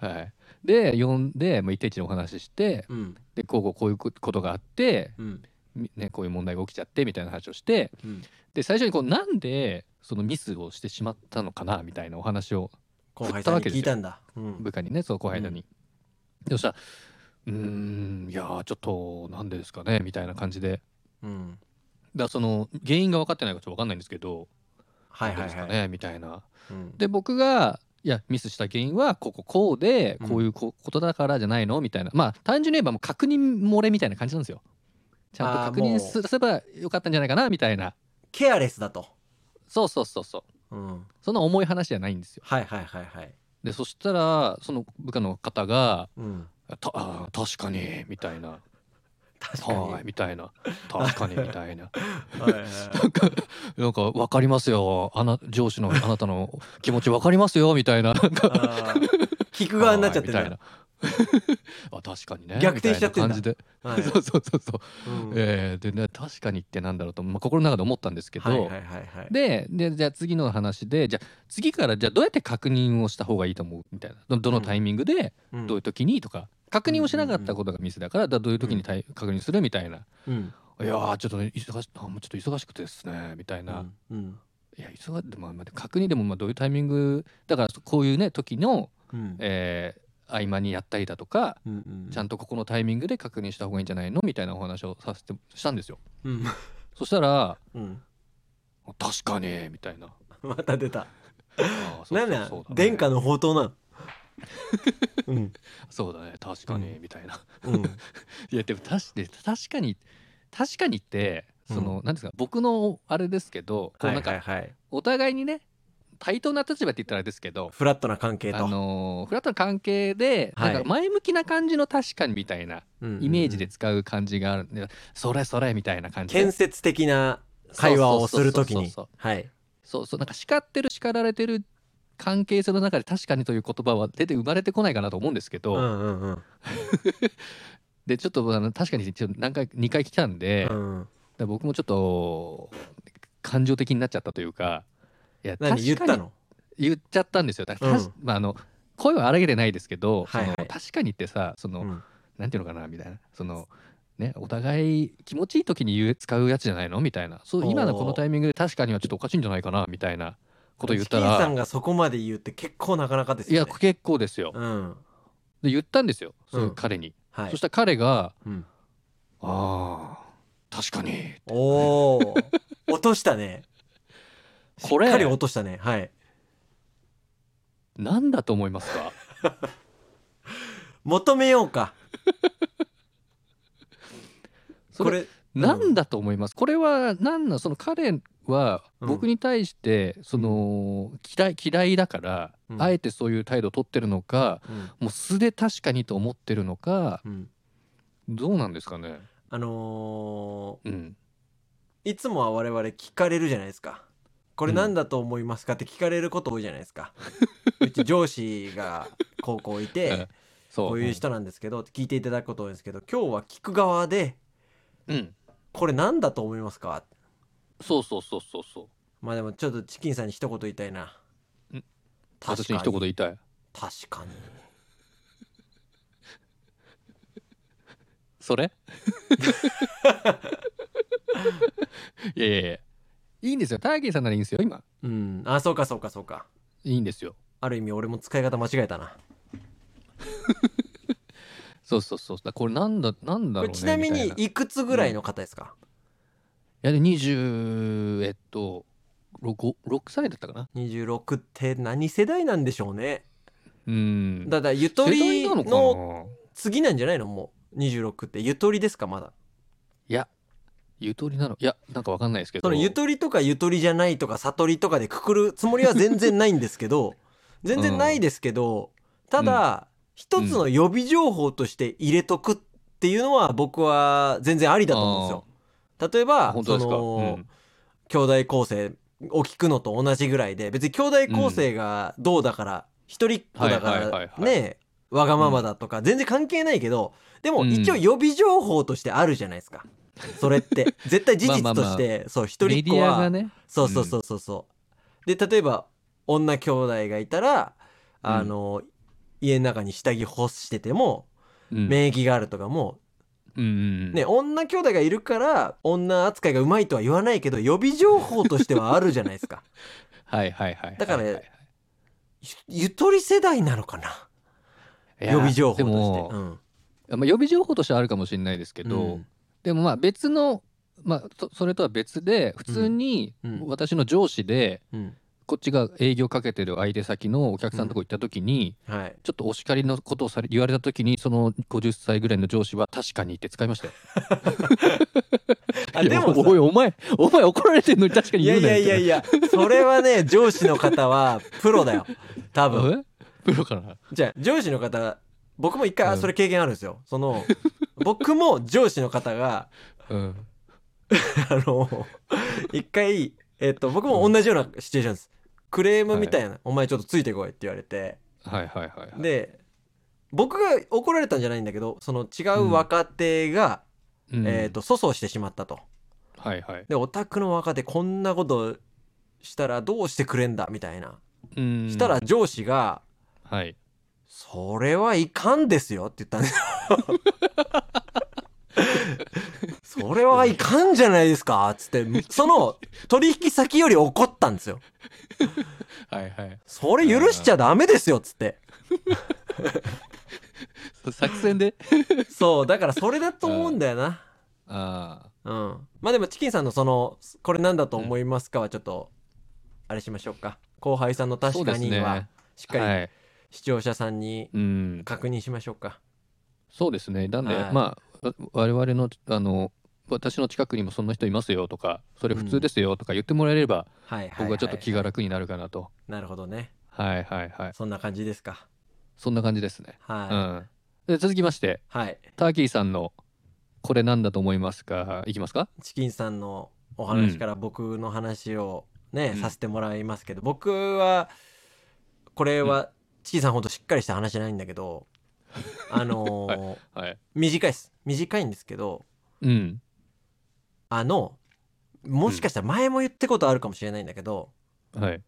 Speaker 2: う。はい。で呼んでもう一対一でお話しして
Speaker 1: うん
Speaker 2: でこうこうこういうことがあって、
Speaker 1: うん
Speaker 2: みね、こういう問題が起きちゃってみたいな話をして
Speaker 1: うん。
Speaker 2: で最初にこうなんでそのミスをしてしまったのかなみたいなお話を
Speaker 1: 後輩さんに聞いたんだ。う
Speaker 2: 部
Speaker 1: ん。
Speaker 2: 下にねその後輩らに。そしたら「うーんいやーちょっとなんでですかね」みたいな感じで。
Speaker 1: うん。
Speaker 2: だからその原因が分かってないからちょっと分かんないんですけど、
Speaker 1: はいはい
Speaker 2: なんでですか
Speaker 1: はい。
Speaker 2: ねみたいな。
Speaker 1: うん
Speaker 2: で僕が「いやミスした原因はこここうで
Speaker 1: うん
Speaker 2: こういうこことだからじゃないの?」みたいなまあ単純に言えばもう確認漏れみたいな感じなんですよ。ちゃんと
Speaker 1: あー
Speaker 2: 確
Speaker 1: も
Speaker 2: 認
Speaker 1: う
Speaker 2: すすればよかったんじゃないかなみたいな
Speaker 1: ケアレスだと。
Speaker 2: そうそうそうそう
Speaker 1: うん。
Speaker 2: そんな重い話じゃないんですよ。
Speaker 1: はいはいはいはい。
Speaker 2: でそしたらその部下の方が
Speaker 1: うん。
Speaker 2: 「たあー確かに」みたいな
Speaker 1: 確かに。
Speaker 2: はいみたいな確かにみたいな
Speaker 1: はいはいはい
Speaker 2: なんかなんか分かりますよあな上司のあなたの気持ち分かりますよみたいななんか
Speaker 1: あー聞く側になっちゃってん
Speaker 2: はいみ
Speaker 1: だ。
Speaker 2: たいな あ確かにね
Speaker 1: 逆転しちゃってんだ
Speaker 2: みたいな
Speaker 1: は
Speaker 2: 感じで、 そうそうそうそう、
Speaker 1: うん
Speaker 2: えーでね確かにってなんだろうと、まあ、心の中で思ったんですけど、
Speaker 1: はいはいはいはい。
Speaker 2: ででじゃあ次の話でじゃあ次からじゃあどうやって確認をした方がいいと思うみたいなどどのタイミングで、
Speaker 1: うん
Speaker 2: どういう時にとか確認をしなかったことがミスだから、だからどういう時にたい確認するみたいな
Speaker 1: うん
Speaker 2: いやーちょっとね忙しあもうちょっと忙しくてですねみたいな、
Speaker 1: うん
Speaker 2: いや忙でも、まあ、確認でもまあどういうタイミングだからそこういうね時の、
Speaker 1: うん
Speaker 2: えー合間にやったりだとか
Speaker 1: うんうん
Speaker 2: ちゃんとここのタイミングで確認した方がいいんじゃないのみたいなお話をさせてしたんですよ
Speaker 1: うん
Speaker 2: そしたら
Speaker 1: うん
Speaker 2: 「確かに」みたいな
Speaker 1: また出た
Speaker 2: 「ああそう
Speaker 1: なん
Speaker 2: そう
Speaker 1: な
Speaker 2: そうんだね
Speaker 1: 殿下の宝刀 なんうん
Speaker 2: そうだね確かに
Speaker 1: う」
Speaker 2: みたいな
Speaker 1: うん
Speaker 2: いやでも確かに確かに確かにってその、
Speaker 1: う
Speaker 2: なんですか僕のあれですけどこう
Speaker 1: は
Speaker 2: ないんか、
Speaker 1: はいはい
Speaker 2: お互いにね対等な立場って言ったらあれですけど、
Speaker 1: フラットな関係
Speaker 2: あ
Speaker 1: と
Speaker 2: のーフラットな関係で、
Speaker 1: はい
Speaker 2: なんか前向きな感じの確かにみたいな
Speaker 1: うんうんうん
Speaker 2: イメージで使う感じがあるんで、それそれみたいな感じで
Speaker 1: 建設的な会話をするときに
Speaker 2: そうそうそうそう
Speaker 1: はい
Speaker 2: そうそうなんか叱ってる叱られてる関係性の中で確かにという言葉は出て生まれてこないかなと思うんですけ
Speaker 1: うん
Speaker 2: ど、
Speaker 1: うんうん
Speaker 2: でちょっとあの確かにちょっと何回2回来たんで、だか
Speaker 1: うん
Speaker 2: ら僕もちょっと感情的になっちゃったというかいや
Speaker 1: 何言っ
Speaker 2: 確か
Speaker 1: た
Speaker 2: に
Speaker 1: の
Speaker 2: 言っちゃったんですよだから、たしまあ、あの声は荒げてないですけど、
Speaker 1: はいはい
Speaker 2: その確かにってさその、
Speaker 1: うん
Speaker 2: なんていうのかなみたいなそのねお互い気持ちいい時に言う使うやつじゃないのみたいなそう今のこのタイミングで確かにはちょっとおかしいんじゃないかなみたいなこと言った
Speaker 1: チキンさ
Speaker 2: ら
Speaker 1: んがそこまで言うって結構なかなかです
Speaker 2: いや
Speaker 1: よね
Speaker 2: 結構ですよ
Speaker 1: うん
Speaker 2: で言ったんですよ、そう
Speaker 1: うん
Speaker 2: 彼に、
Speaker 1: はい
Speaker 2: そしたら彼が
Speaker 1: うん
Speaker 2: 「ああ確かに
Speaker 1: おお落としたね
Speaker 2: こ
Speaker 1: し
Speaker 2: れ
Speaker 1: っかり落としたねはい
Speaker 2: 何だと思います か?
Speaker 1: 求めようか」
Speaker 2: そ
Speaker 1: こ
Speaker 2: れ
Speaker 1: れ
Speaker 2: 何だと思います、これは何なんその彼は
Speaker 1: うん
Speaker 2: 僕に対してその嫌い嫌いだから、
Speaker 1: うん
Speaker 2: あえてそういう態度を取ってるのか
Speaker 1: うん
Speaker 2: もう素で確かにと思ってるのか
Speaker 1: うん
Speaker 2: どうなんですかね
Speaker 1: あの
Speaker 2: うん
Speaker 1: ーいつもは我々聞かれるじゃないですかこれ何だと思いますかって聞かれること多いじゃないです かうち上司が高校いて
Speaker 2: そう
Speaker 1: こういう人なんですけどって聞いていただくこと多いんですけど今日は聞く側で
Speaker 2: うん
Speaker 1: これ何だと思いますか
Speaker 2: そうそうそうそうそう
Speaker 1: まあでもちょっとチキンさんに一言言いたいなん確
Speaker 2: 私
Speaker 1: かに
Speaker 2: に一言言いたい
Speaker 1: 確かに
Speaker 2: それいやいやいやいいんですよターキーさんならいいんですよ今
Speaker 1: うんあそうかそうかそうか
Speaker 2: いいんですよ
Speaker 1: ある意味俺も使い方間違えたな、
Speaker 2: そうそうそうだこれなんだなんだ
Speaker 1: こ
Speaker 2: ろう
Speaker 1: れ
Speaker 2: ね
Speaker 1: ちなみに
Speaker 2: たいない
Speaker 1: いくつぐらいの方ですか、
Speaker 2: やで20えっと 6, 6歳だったかな
Speaker 1: 26って何世代なんでしょうね
Speaker 2: うん
Speaker 1: だからゆとり
Speaker 2: 世代な
Speaker 1: の
Speaker 2: のかな
Speaker 1: 次なんじゃないのもう26ってゆとりですかまだ
Speaker 2: いやゆとりなのいやなんかわかんないですけど
Speaker 1: そのゆとりとかゆとりじゃないとか悟りとかでくくるつもりは全然ないんですけど全然ないですけど、ただ一つの予備情報として入れとくっていうのは僕は全然ありだと思うんですよ。例え
Speaker 2: あ
Speaker 1: ば
Speaker 2: 本当
Speaker 1: そ
Speaker 2: ですか、
Speaker 1: の、
Speaker 2: うん
Speaker 1: 兄弟構成を聞くのと同じぐらいで別に兄弟構成がどうだから、一人っ子だ
Speaker 2: はいはいは
Speaker 1: か
Speaker 2: いは
Speaker 1: ら
Speaker 2: い
Speaker 1: ねわがままだとか全然関係ないけどでも
Speaker 2: うん
Speaker 1: 一応予備情報としてあるじゃないですか、それって 絶対事実として、そう一人
Speaker 2: メ
Speaker 1: っ
Speaker 2: デ
Speaker 1: 子
Speaker 2: ィ
Speaker 1: は
Speaker 2: ア、がね
Speaker 1: そうそうそうそうそうで例えば女兄弟がいたらあの、家の中に下着干してても
Speaker 2: うん
Speaker 1: 名義があるとかも、
Speaker 2: うんうん
Speaker 1: ね、女兄弟がいるから女扱いがうまいとは言わないけど予備情報としてはあるじゃないです か
Speaker 2: はいはいはいはいはいはい
Speaker 1: だからゆゆとり世代なのかない予
Speaker 2: や
Speaker 1: 備情報と
Speaker 2: で
Speaker 1: し
Speaker 2: も
Speaker 1: て、うん
Speaker 2: まあ、予備情報としてはあるかもしれないですけど、
Speaker 1: うん
Speaker 2: でもまあ別の、まあ、そそれとは別で普通に
Speaker 1: うん
Speaker 2: 私の上司で
Speaker 1: うん
Speaker 2: こっちが営業かけてる相手先のお客さんのとこ行った時に、
Speaker 1: はい、
Speaker 2: ちょっとお叱りのことをされ言われた時にその50歳ぐらいの上司は「確かに」って使いましたよ。
Speaker 1: あ
Speaker 2: い
Speaker 1: で
Speaker 2: や
Speaker 1: もさ
Speaker 2: おいお前お前怒られてんのに確かに
Speaker 1: いやい
Speaker 2: 言うな
Speaker 1: や
Speaker 2: よ
Speaker 1: いやいやそれはね上司の方はプロだよ多
Speaker 2: みたい
Speaker 1: 分
Speaker 2: なえプロかな
Speaker 1: じゃあ上司の方僕も一回
Speaker 2: う
Speaker 1: あ
Speaker 2: ん
Speaker 1: それ経験あるんですよその僕も上司の方が
Speaker 2: うん
Speaker 1: あの一回、えっと僕も同じようなシチュエーションですクレームみたいな、お前ちょっとついてこい」って言われて
Speaker 2: はいはいはいはい。
Speaker 1: で僕が怒られたんじゃないんだけどその違う若手が、
Speaker 2: うん
Speaker 1: えっと粗相してしまったと。
Speaker 2: はいはい。
Speaker 1: でオタクの若手こんなことしたらどうしてくれんだみたいな
Speaker 2: うん
Speaker 1: したら上司が
Speaker 2: はい
Speaker 1: 「それはいかんですよ」って言ったんですよ。 それはいかんじゃないですかっつってその取引先より怒ったんですよ。
Speaker 2: はいはい。
Speaker 1: それ許しちゃダメですよっつって。
Speaker 2: 作戦で
Speaker 1: そうだからそれだと思うんだよな
Speaker 2: ああ
Speaker 1: うんまあでもチキンさんのその「これなんだと思いますか?」はちょっとあれしましょうか後輩さんの「確かに」はしっか
Speaker 2: は
Speaker 1: り
Speaker 2: い
Speaker 1: 視聴者さんに
Speaker 2: うん、
Speaker 1: 確認しましょうか
Speaker 2: そうですねなんで、
Speaker 1: はい
Speaker 2: まあわ我々のあの私の近くにもそんな人いますよとかそれ普通ですよとか言ってもらえれば、
Speaker 1: はいはい
Speaker 2: 僕はちょっと気
Speaker 1: が
Speaker 2: が楽になるかなと
Speaker 1: なるほどね
Speaker 2: はいはいはい
Speaker 1: そんな感じですか
Speaker 2: そんな感じですね、う
Speaker 1: は
Speaker 2: ん、で続きまして
Speaker 1: いはい
Speaker 2: ターキーさんの「これなんだと思いますか?」いきますか
Speaker 1: チキンさんのお話から僕の話をね、
Speaker 2: うん
Speaker 1: させてもらいますけど僕はこれはチキンさんほどしっかりした話じゃないんだけど、あのー
Speaker 2: はい
Speaker 1: 短いです短いんですけど
Speaker 2: うん
Speaker 1: あのもしかしたら前も言ったことあるかもしれないんだけど、
Speaker 2: はい、
Speaker 1: う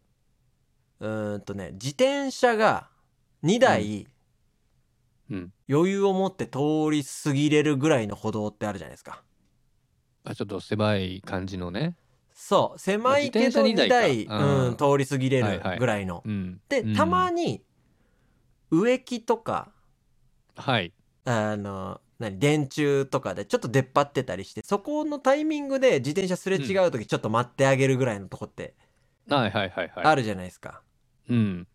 Speaker 1: ーんとね自転車が2台
Speaker 2: うん、
Speaker 1: 余裕を持って通り過ぎれるぐらいの歩道ってあるじゃないですか。
Speaker 2: あちょっと狭い感じのね
Speaker 1: そう狭いけ
Speaker 2: 自
Speaker 1: ど
Speaker 2: 転車
Speaker 1: 2
Speaker 2: 2台
Speaker 1: 台
Speaker 2: かうん
Speaker 1: うん、通り過ぎれるぐらいの
Speaker 2: うん
Speaker 1: で
Speaker 2: うん
Speaker 1: たまに植木とか
Speaker 2: はい
Speaker 1: あの何電柱とかでちょっと出っ張ってたりしてそこのタイミングで自転車すれ違う時ちょっと待ってあげるぐらいのとこって
Speaker 2: はいはいはいはい
Speaker 1: あ
Speaker 2: る
Speaker 1: るじゃないですか。
Speaker 2: うん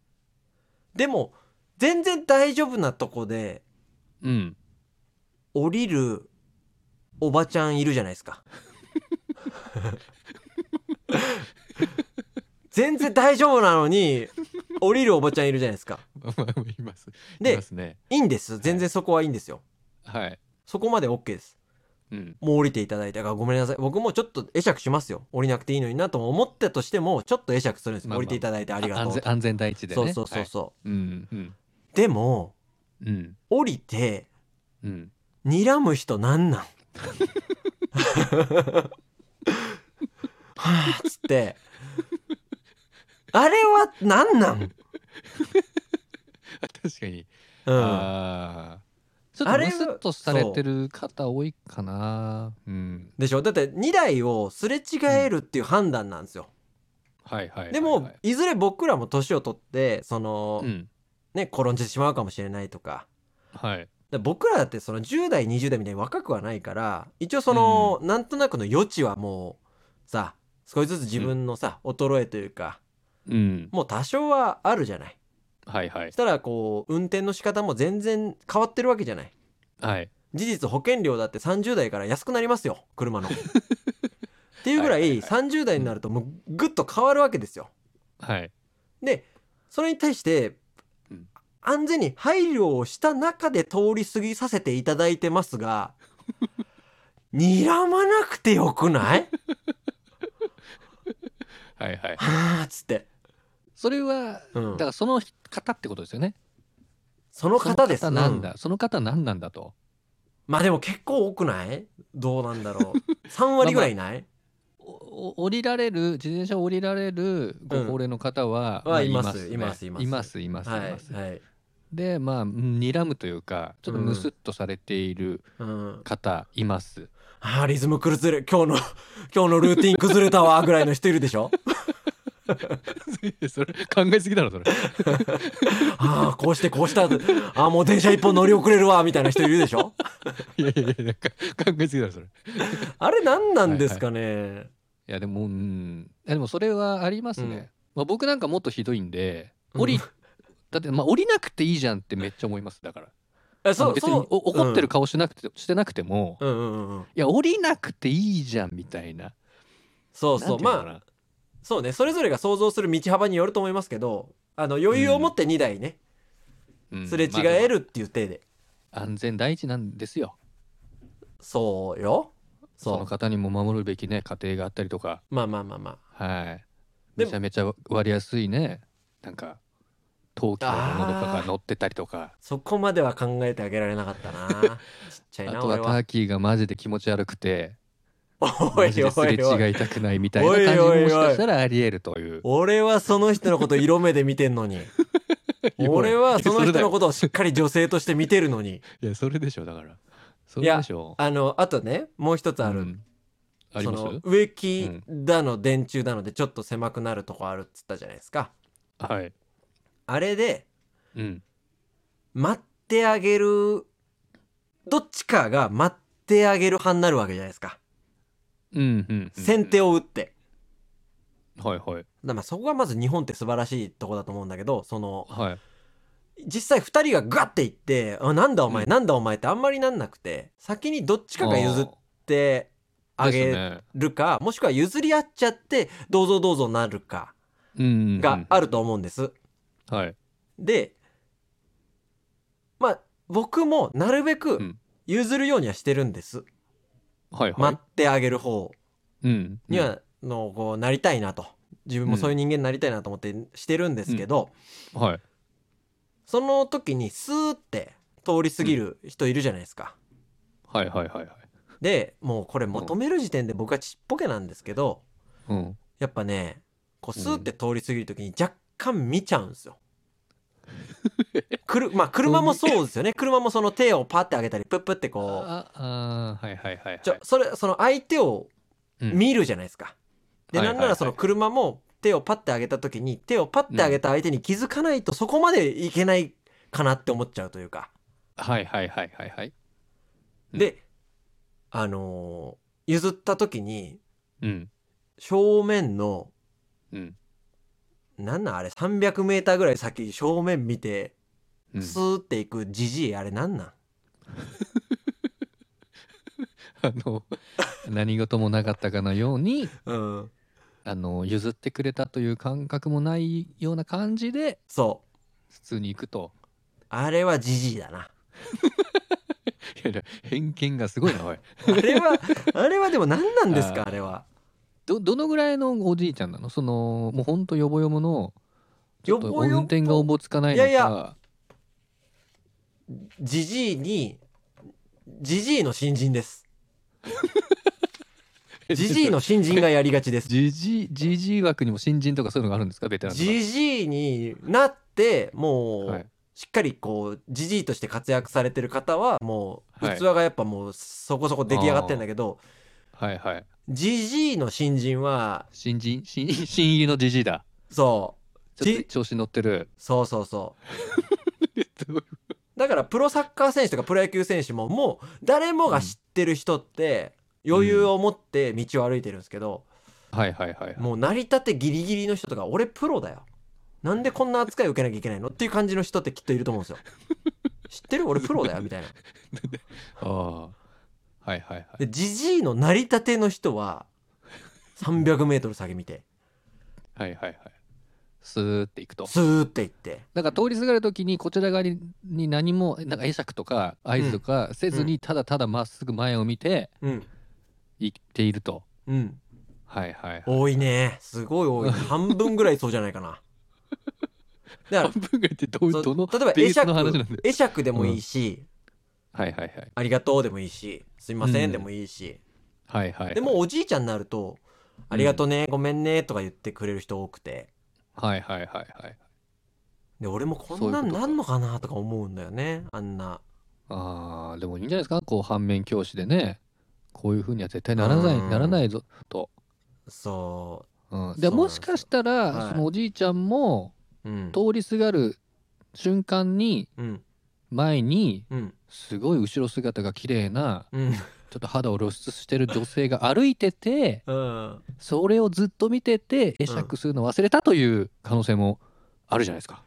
Speaker 1: でも全然大丈夫なとこで
Speaker 2: うん
Speaker 1: 降りるおばちゃんいるじゃないです か。全然大丈夫なのに降りるおばちゃんいるじゃないですか。
Speaker 2: まあまあいますい
Speaker 1: で
Speaker 2: ますね
Speaker 1: いいんです全然そこはいいんですよ。
Speaker 2: はい
Speaker 1: そこまで OK です。
Speaker 2: うん
Speaker 1: もう降りていただいたからごめんなさい僕もちょっと会釈しますよ降りなくていいのになとも思ったとしてもちょっと会釈するんです、
Speaker 2: まあまあ
Speaker 1: 降りていただいてありがとう
Speaker 2: 安全安全第一でね
Speaker 1: そうそうそう
Speaker 2: はい
Speaker 1: そう、
Speaker 2: うんうん
Speaker 1: でも
Speaker 2: うん
Speaker 1: 降りて
Speaker 2: うん
Speaker 1: 睨む人なん なんはあっつってあれはなんなん、
Speaker 2: あ 確かに、
Speaker 1: うん、
Speaker 2: ああーちょ
Speaker 1: あ
Speaker 2: っと
Speaker 1: れ
Speaker 2: ム
Speaker 1: は
Speaker 2: スッとされてる方多いかなうん
Speaker 1: でしょだって2台をすれ違えるっていう判断なんですよ、
Speaker 2: はいはいはいはい
Speaker 1: でもいずれ僕らも年を取ってその、
Speaker 2: うん
Speaker 1: ね転んでしまうかもしれないとか
Speaker 2: はい
Speaker 1: だから僕らだってその10代20代みたいに若くはないから一応その、なんとなくの余地はもうさ少しずつ自分のさ、衰えというか
Speaker 2: うん
Speaker 1: もう多少はあるじゃない
Speaker 2: はいはい
Speaker 1: そしたらこう運転の仕方も全然変わってるわけじゃない
Speaker 2: はい
Speaker 1: 事実保険料だって30代から安くなりますよ車のっていうぐら
Speaker 2: はいはいいはい
Speaker 1: 30代になるともうぐっと変わるわけですよ
Speaker 2: はい
Speaker 1: でそれに対して
Speaker 2: うん
Speaker 1: 安全に配慮をした中で通り過ぎさせていただいてます が睨まなくてよくない
Speaker 2: はいはい
Speaker 1: はあっつって、
Speaker 2: それは
Speaker 1: うん
Speaker 2: だからその方ってことですよね。
Speaker 1: その方です
Speaker 2: その方なんだ、
Speaker 1: うん
Speaker 2: その方なんなんだと。
Speaker 1: まあでも結構多くないどうなんだろう3割ぐらいない、
Speaker 2: おお降りられる自転車を降りられるご高齢の方は、
Speaker 1: うん
Speaker 2: まあ
Speaker 1: はいます
Speaker 2: ね
Speaker 1: いますいます
Speaker 2: いますいますい
Speaker 1: はい
Speaker 2: ます
Speaker 1: はい、
Speaker 2: でまあうん睨むというかちょっとムスッとされている
Speaker 1: うん、
Speaker 2: 方います、
Speaker 1: あーリズム崩れ今日の 今日のルーティン崩れたわぐらいの人いるでしょ
Speaker 2: それ考えすぎだろそれ
Speaker 1: ああこうしてこうしたあーもう電車一本乗り遅れるわみたいな人いるでしょ
Speaker 2: いやいやいやなんか考えすぎだろそれい
Speaker 1: あれ何なんですかね、
Speaker 2: やでもうんいやでもそれはありますね、
Speaker 1: うん
Speaker 2: まあ、僕なんかもっとひどいんで
Speaker 1: うん
Speaker 2: 降り、だってまあ降りなくていいじゃんってめっちゃ思いますだから
Speaker 1: え
Speaker 2: あ
Speaker 1: そ
Speaker 2: の
Speaker 1: う
Speaker 2: 別
Speaker 1: そう
Speaker 2: にお怒ってる顔しなくて、してなくても、
Speaker 1: うんうんうんうん
Speaker 2: いや降りなくていいじゃんみたいな
Speaker 1: そうそうまあ
Speaker 2: あ
Speaker 1: そうねそれぞれが想像する道幅によると思いますけどあの余裕を持って2台ね、すれ違え、るっていう手で、
Speaker 2: まあでも安全第一なんですよ
Speaker 1: そうよ
Speaker 2: そ
Speaker 1: そ
Speaker 2: の
Speaker 1: う
Speaker 2: 方にも守るべきね家庭があったりとか
Speaker 1: まあまあまあまあ
Speaker 2: はい
Speaker 1: で
Speaker 2: め
Speaker 1: も
Speaker 2: ちゃめちゃ割りやすいねなんか陶器のものとかが乗ってたりとか
Speaker 1: そこまでは考えてあげられなかった なちっちゃ
Speaker 2: あ
Speaker 1: いな
Speaker 2: とは
Speaker 1: 俺
Speaker 2: タ
Speaker 1: は
Speaker 2: ーキーがマジで気持ち悪くて
Speaker 1: お
Speaker 2: マ
Speaker 1: い
Speaker 2: ジで
Speaker 1: お
Speaker 2: すれ
Speaker 1: いおい
Speaker 2: 違いたくないみたいな感じも
Speaker 1: おいおいおい
Speaker 2: もしかしたらありえるという
Speaker 1: 俺はその人のこと色目で見てんの に俺はその人のことをしっかり女性として見てるのに
Speaker 2: いやそれでしょだからそれでしょ
Speaker 1: あのあとねもう一つある、
Speaker 2: うんあります
Speaker 1: その植木だの電柱だのでちょっと狭くなるとこあるっつったじゃないですか
Speaker 2: はい
Speaker 1: あれで
Speaker 2: うん
Speaker 1: 全ってあげるどっちかが待ってあげる派になるわけじゃないですか
Speaker 2: うんうんうん
Speaker 1: 先手を打って
Speaker 2: はいは
Speaker 1: だ
Speaker 2: い
Speaker 1: からまあそこがまず日本って素晴らしいとこだと思うんだけどその
Speaker 2: はい
Speaker 1: 実際2人がガッていって「あなんだお前、
Speaker 2: うん
Speaker 1: なんだお前」ってあんまりなんなくて先にどっちかが譲ってあ
Speaker 2: です
Speaker 1: げ
Speaker 2: ね
Speaker 1: るか、もしくは譲り合っちゃってどうぞどうぞなるか
Speaker 2: うんうんうん
Speaker 1: があると思うんです。
Speaker 2: はい
Speaker 1: でまあ僕もなるべ
Speaker 2: う
Speaker 1: く
Speaker 2: ん
Speaker 1: 譲るようにはしてるんです、
Speaker 2: はいはい、
Speaker 1: 待ってあげる方
Speaker 2: うん
Speaker 1: にはのこうなりたいなと自分もそういう人間になりたいなと思ってしてるんですけど、
Speaker 2: うんはい
Speaker 1: その時にスーって通り過ぎる人いるじゃないですか。
Speaker 2: はいはいはいはい
Speaker 1: でもうこれ求める時点で僕はちっぽけなんですけど
Speaker 2: うん
Speaker 1: やっぱねこうスーって通り過ぎる時に若干見ちゃうんですよ。くるまあ車もそうですよね車もその手をパッて上げたりプップってこう
Speaker 2: ああーはいはいはいはい
Speaker 1: ちょそれその相手を
Speaker 2: うん
Speaker 1: 見るじゃないですか。で
Speaker 2: はいは
Speaker 1: ないんならその車も手をパッて上げた時に手をパッて上げた相手に気づかないとそこまでいけないかなって思っちゃうというか。
Speaker 2: はいはいはいはいはいうん
Speaker 1: であのー譲った時に
Speaker 2: うん
Speaker 1: 正面の
Speaker 2: うん
Speaker 1: なんなんあれ 300m ぐらい先正面見て
Speaker 2: うん
Speaker 1: スーっていくじじいあれなんなん
Speaker 2: あの何事もなかったかのように
Speaker 1: うん
Speaker 2: あの譲ってくれたという感覚もないような感じで
Speaker 1: そ
Speaker 2: 普通に行 くと
Speaker 1: うあれはじじいだ な
Speaker 2: いやいや偏見がすごいなおい
Speaker 1: あれはあれはでも何なんです
Speaker 2: あ
Speaker 1: か
Speaker 2: ー
Speaker 1: あれは
Speaker 2: どどのぐらいのおじいちゃんなのそのもうほんとヨボヨボのちょっと
Speaker 1: ヨボヨボ
Speaker 2: 運転がおぼつかないのか
Speaker 1: いやいやじじいにじじいの新人 ですじじいの新人がやりがちです
Speaker 2: じじいじじい枠にも新人とかそういうのがあるんですかベテランとか
Speaker 1: じじいになっても
Speaker 2: は
Speaker 1: う
Speaker 2: い
Speaker 1: しっかりこうじじいとして活躍されてる方はもう
Speaker 2: はい
Speaker 1: 器がやっぱもうそこそこ出来上がってんだけど
Speaker 2: はいはい
Speaker 1: じじいの新人は
Speaker 2: 新人新 新入りのじじいだ
Speaker 1: そう
Speaker 2: ちょっ
Speaker 1: じ
Speaker 2: と調子乗っ てる
Speaker 1: そうそうそうだからプロサッカー選手とかプロ野球選手ももう誰もが知ってる人って余裕を持って道を歩いてるんですけど、
Speaker 2: はいはいはい
Speaker 1: もう成り立てギリギリの人とか俺プロだよなんでこんな扱いを受けなきゃいけないのっていう感じの人ってきっといると思うんで すよ知ってる俺プロだよみたいな
Speaker 2: ああはいはいはい
Speaker 1: でジジイの成り立ての人は 300m 先見て
Speaker 2: はいはいはいスーっていくと
Speaker 1: スーって行って
Speaker 2: なんか通り過ぎる時にこちら側に何もなんか会釈とか合図とかせずにただただまっすぐ前を見て
Speaker 1: うん
Speaker 2: 行っていると、
Speaker 1: うん
Speaker 2: はいはいはい
Speaker 1: 多いねすごい多い半分ぐらいそうじゃないかなだか
Speaker 2: 半分ぐらいってどう
Speaker 1: ら
Speaker 2: どの
Speaker 1: そう例えば
Speaker 2: ベ
Speaker 1: 会
Speaker 2: ースの話なん
Speaker 1: 釈
Speaker 2: で
Speaker 1: 会釈でもいいし、
Speaker 2: はいはいはい
Speaker 1: ありがとうでもいいしすいませ
Speaker 2: うんん
Speaker 1: でもいいし、
Speaker 2: はいはい
Speaker 1: でもおじいちゃんになるとありがとうね、ごめんねとか言ってくれる人多くて
Speaker 2: はいはいはいはい
Speaker 1: で俺もこんな
Speaker 2: そうい
Speaker 1: ん
Speaker 2: うこと
Speaker 1: な
Speaker 2: か
Speaker 1: んのかなとか思うんだよねあんな
Speaker 2: あーでもいいんじゃないですかこう反面教師でねこういうふうには絶対ならな
Speaker 1: うん
Speaker 2: いならないぞと、
Speaker 1: そ
Speaker 2: う
Speaker 1: そう
Speaker 2: ん、
Speaker 1: なんです
Speaker 2: で
Speaker 1: よ
Speaker 2: もしかしたら、
Speaker 1: はい
Speaker 2: そのおじいちゃんも
Speaker 1: ううん
Speaker 2: 通りすがる瞬間に
Speaker 1: うん
Speaker 2: 前に
Speaker 1: うん
Speaker 2: すごい後ろ姿が綺麗な
Speaker 1: うん
Speaker 2: ちょっと肌を露出してる女性が歩いてて
Speaker 1: うん
Speaker 2: それをずっと見てて会釈するの忘れたという可能性もあるじゃないですか。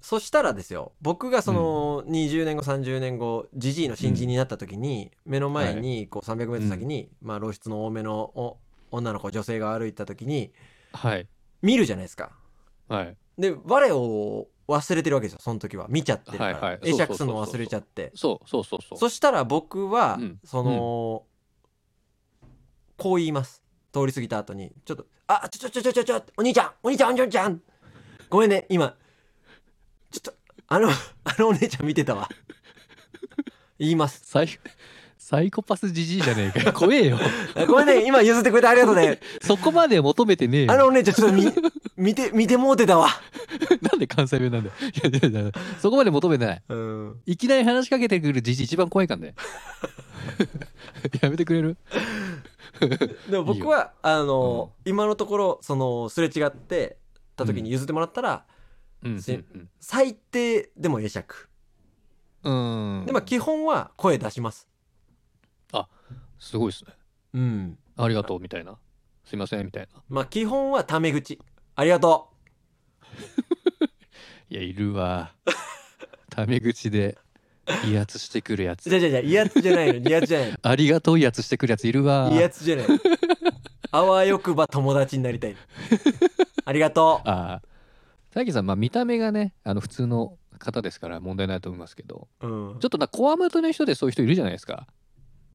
Speaker 1: そしたらですよ僕がその20年後30年後ジジイの新人になった時に目の前にこう 300m 先にまあ露出の多めのお女の子女性が歩いた時に
Speaker 2: はい
Speaker 1: 見るじゃないですか
Speaker 2: はい
Speaker 1: で我を忘れてるわけですよその時は見ちゃってるか
Speaker 2: はいは
Speaker 1: ら
Speaker 2: い
Speaker 1: 会釈するの忘れちゃって
Speaker 2: そうそうそうそう
Speaker 1: そしたら僕は
Speaker 2: うん
Speaker 1: そのこう言います通り過ぎた後にちょっと「あちょちょちょちょちょちょお兄ちゃんお兄ちゃんお兄ちゃんごめんね今ちょっとあの あのお姉ちゃん見てたわ」言います
Speaker 2: サイサイコパスじじいじゃねえかよ怖えよ
Speaker 1: 「あごめんね今譲ってくれてありがとう ね
Speaker 2: そこまで求めてねえよ
Speaker 1: あのお姉ちゃんちょっとみ見て見てもうてたわ」
Speaker 2: なんで関西弁なんだよいやいやいやそこまで求めてない
Speaker 1: うん
Speaker 2: いきなり話しかけてくるじじい一番怖いからねやめてくれる
Speaker 1: でも僕はあの今のところそのすれ違ってた時に譲ってもらったら
Speaker 2: うんうん
Speaker 1: せ最低でも会釈
Speaker 2: うん
Speaker 1: でまあ基本は声出します
Speaker 2: すごいですね
Speaker 1: うん
Speaker 2: ありがとうみたいなすいませんみたいな
Speaker 1: まあ基本はタメ口ありがと
Speaker 2: いやいる わタメ口で威圧してくるや
Speaker 1: う
Speaker 2: つ
Speaker 1: じゃあじゃあじゃあ威圧じゃない の威圧じゃない
Speaker 2: ありがとう威圧してくるやついるわ
Speaker 1: の威圧じゃないのあわよくば友達になりたいありがと
Speaker 2: あー大樹さんまあ見た目がねあの普通の方ですから問題ないと思いますけど
Speaker 1: う、うん
Speaker 2: ちょ、っとなこわもての人でそういう人いるじゃないですか、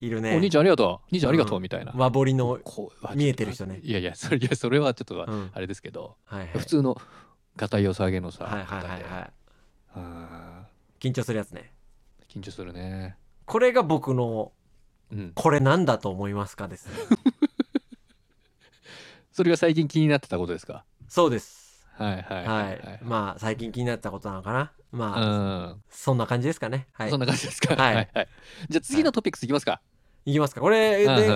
Speaker 1: いる
Speaker 2: お兄
Speaker 1: ね
Speaker 2: ちゃんありがとう兄ちゃんありがとう、
Speaker 1: うん
Speaker 2: みたいな、
Speaker 1: 和彫りの
Speaker 2: こうわ
Speaker 1: 見えてる人ね
Speaker 2: いやいやそれいやそれはちょっとは
Speaker 1: うん
Speaker 2: あれですけど、
Speaker 1: はいはい
Speaker 2: 普通のがたいよさげのさ、
Speaker 1: はいはいはいは
Speaker 2: 方
Speaker 1: い
Speaker 2: でうん
Speaker 1: 緊張するやつね
Speaker 2: 緊張するね
Speaker 1: これが僕の
Speaker 2: うん
Speaker 1: これなんだと思いますかですね
Speaker 2: それが最近気になってたことですか
Speaker 1: そうです
Speaker 2: はいはい
Speaker 1: はい、
Speaker 2: はい
Speaker 1: まあ最近気になったことなのかなまあ、
Speaker 2: うん
Speaker 1: そんな感じですかねはい
Speaker 2: そんな感じですか。
Speaker 1: はい
Speaker 2: はい。じゃあ次のトピックスいきますか。
Speaker 1: いきますかこれ
Speaker 2: う
Speaker 1: で
Speaker 2: んう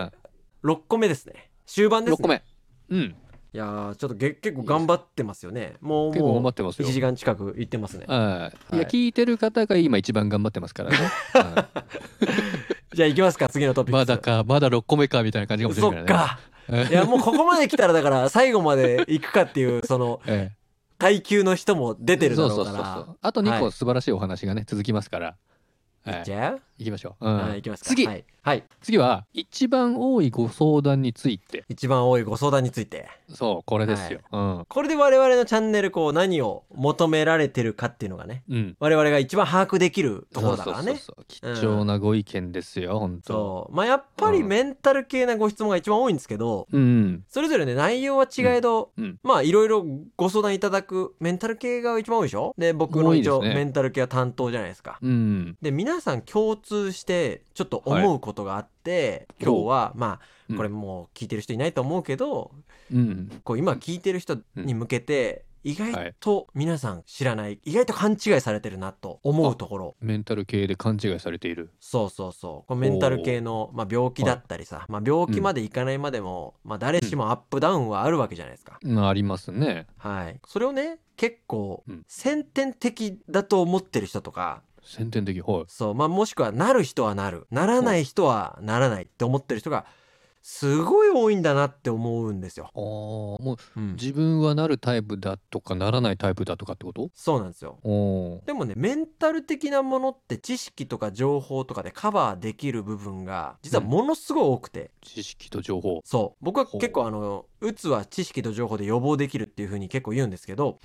Speaker 2: ん
Speaker 1: 6個目ですね終盤です、ね、
Speaker 2: 六個目。うん。
Speaker 1: いやーちょっとげ結構頑張ってますよねもう
Speaker 2: 結構頑張
Speaker 1: も
Speaker 2: ってます
Speaker 1: う
Speaker 2: よ
Speaker 1: 1。時間近く行ってますね
Speaker 2: はい。い
Speaker 1: は
Speaker 2: や
Speaker 1: い
Speaker 2: 聞いてる方が今一番頑張ってますからね。うん
Speaker 1: じゃあ行きますか次のトピックス
Speaker 2: まだかまだ六個目かみたいな感じかもしれ
Speaker 1: そ
Speaker 2: な
Speaker 1: っ
Speaker 2: いからね。
Speaker 1: か
Speaker 2: う
Speaker 1: い
Speaker 2: ん
Speaker 1: やもうここまで来たらだから最後まで行くかって いうその
Speaker 2: ええ
Speaker 1: 階級の人も出てるだろ
Speaker 2: そうう
Speaker 1: か
Speaker 2: そうそうそ
Speaker 1: ら
Speaker 2: うあと二
Speaker 1: は
Speaker 2: 個
Speaker 1: い
Speaker 2: 素晴らしいお話がね続きますから。は
Speaker 1: 行っち
Speaker 2: い。
Speaker 1: ゃう
Speaker 2: 行きましょう。う
Speaker 1: はい、
Speaker 2: ん
Speaker 1: 行きますか。
Speaker 2: 次
Speaker 1: はい。はい。
Speaker 2: 次は一番多いご相談について。
Speaker 1: 一番多いご相談について。
Speaker 2: そうこれですよ。うん
Speaker 1: これで我々のチャンネル、こう、何を求められてるかっていうのがね、
Speaker 2: うん。
Speaker 1: 我々が一番把握できるところだからね。
Speaker 2: そうそうそうそう貴重なご意見ですよ本当。
Speaker 1: そう。まあ、やっぱり
Speaker 2: うん
Speaker 1: メンタル系なご質問が一番多いんですけど、
Speaker 2: うん
Speaker 1: それぞれね、内容は違えど、
Speaker 2: うんうん
Speaker 1: まあ、いろいろご相談いただくメンタル系が一番多いでしょで、僕の一応、
Speaker 2: 多いですね
Speaker 1: メンタル系は担当じゃないですか。
Speaker 2: うん。
Speaker 1: で、皆さん共通して、ちょっと思うことがあって、
Speaker 2: はい
Speaker 1: 今日は、ま
Speaker 2: う
Speaker 1: あ、
Speaker 2: ん
Speaker 1: これもう聞いてる人いないと思うけど、
Speaker 2: うん。
Speaker 1: こう今聞いてる人に向けて意外と皆さん知らない意外と勘違いされてるなと思うところ
Speaker 2: メンタル系で勘違いされている。
Speaker 1: そうそうそうこれメンタル系の、まあ、病気だったりさ、まあ、病気までいかないまでも、まあ、誰しもアップダウンはあるわけじゃないですか、
Speaker 2: ありますね。
Speaker 1: はいそれをね結構
Speaker 2: うん
Speaker 1: 先天的だと思ってる人とか
Speaker 2: 先天的。はい。
Speaker 1: そうまあもしくはなる人はなるならない人はならないって思ってる人がすごい多いんだなって思うんですよ、
Speaker 2: ああ、もう
Speaker 1: うん、
Speaker 2: 自分はなるタイプだとかならないタイプだとかってこと
Speaker 1: そうなんですよ
Speaker 2: おー
Speaker 1: でもねメンタル的なものって知識とか情報とかでカバーできる部分が実はものすごい多くて、
Speaker 2: 知識と情報。
Speaker 1: そう僕は
Speaker 2: ほう
Speaker 1: 結構あのうつは知識と情報で予防できるっていう風に結構言うんですけど、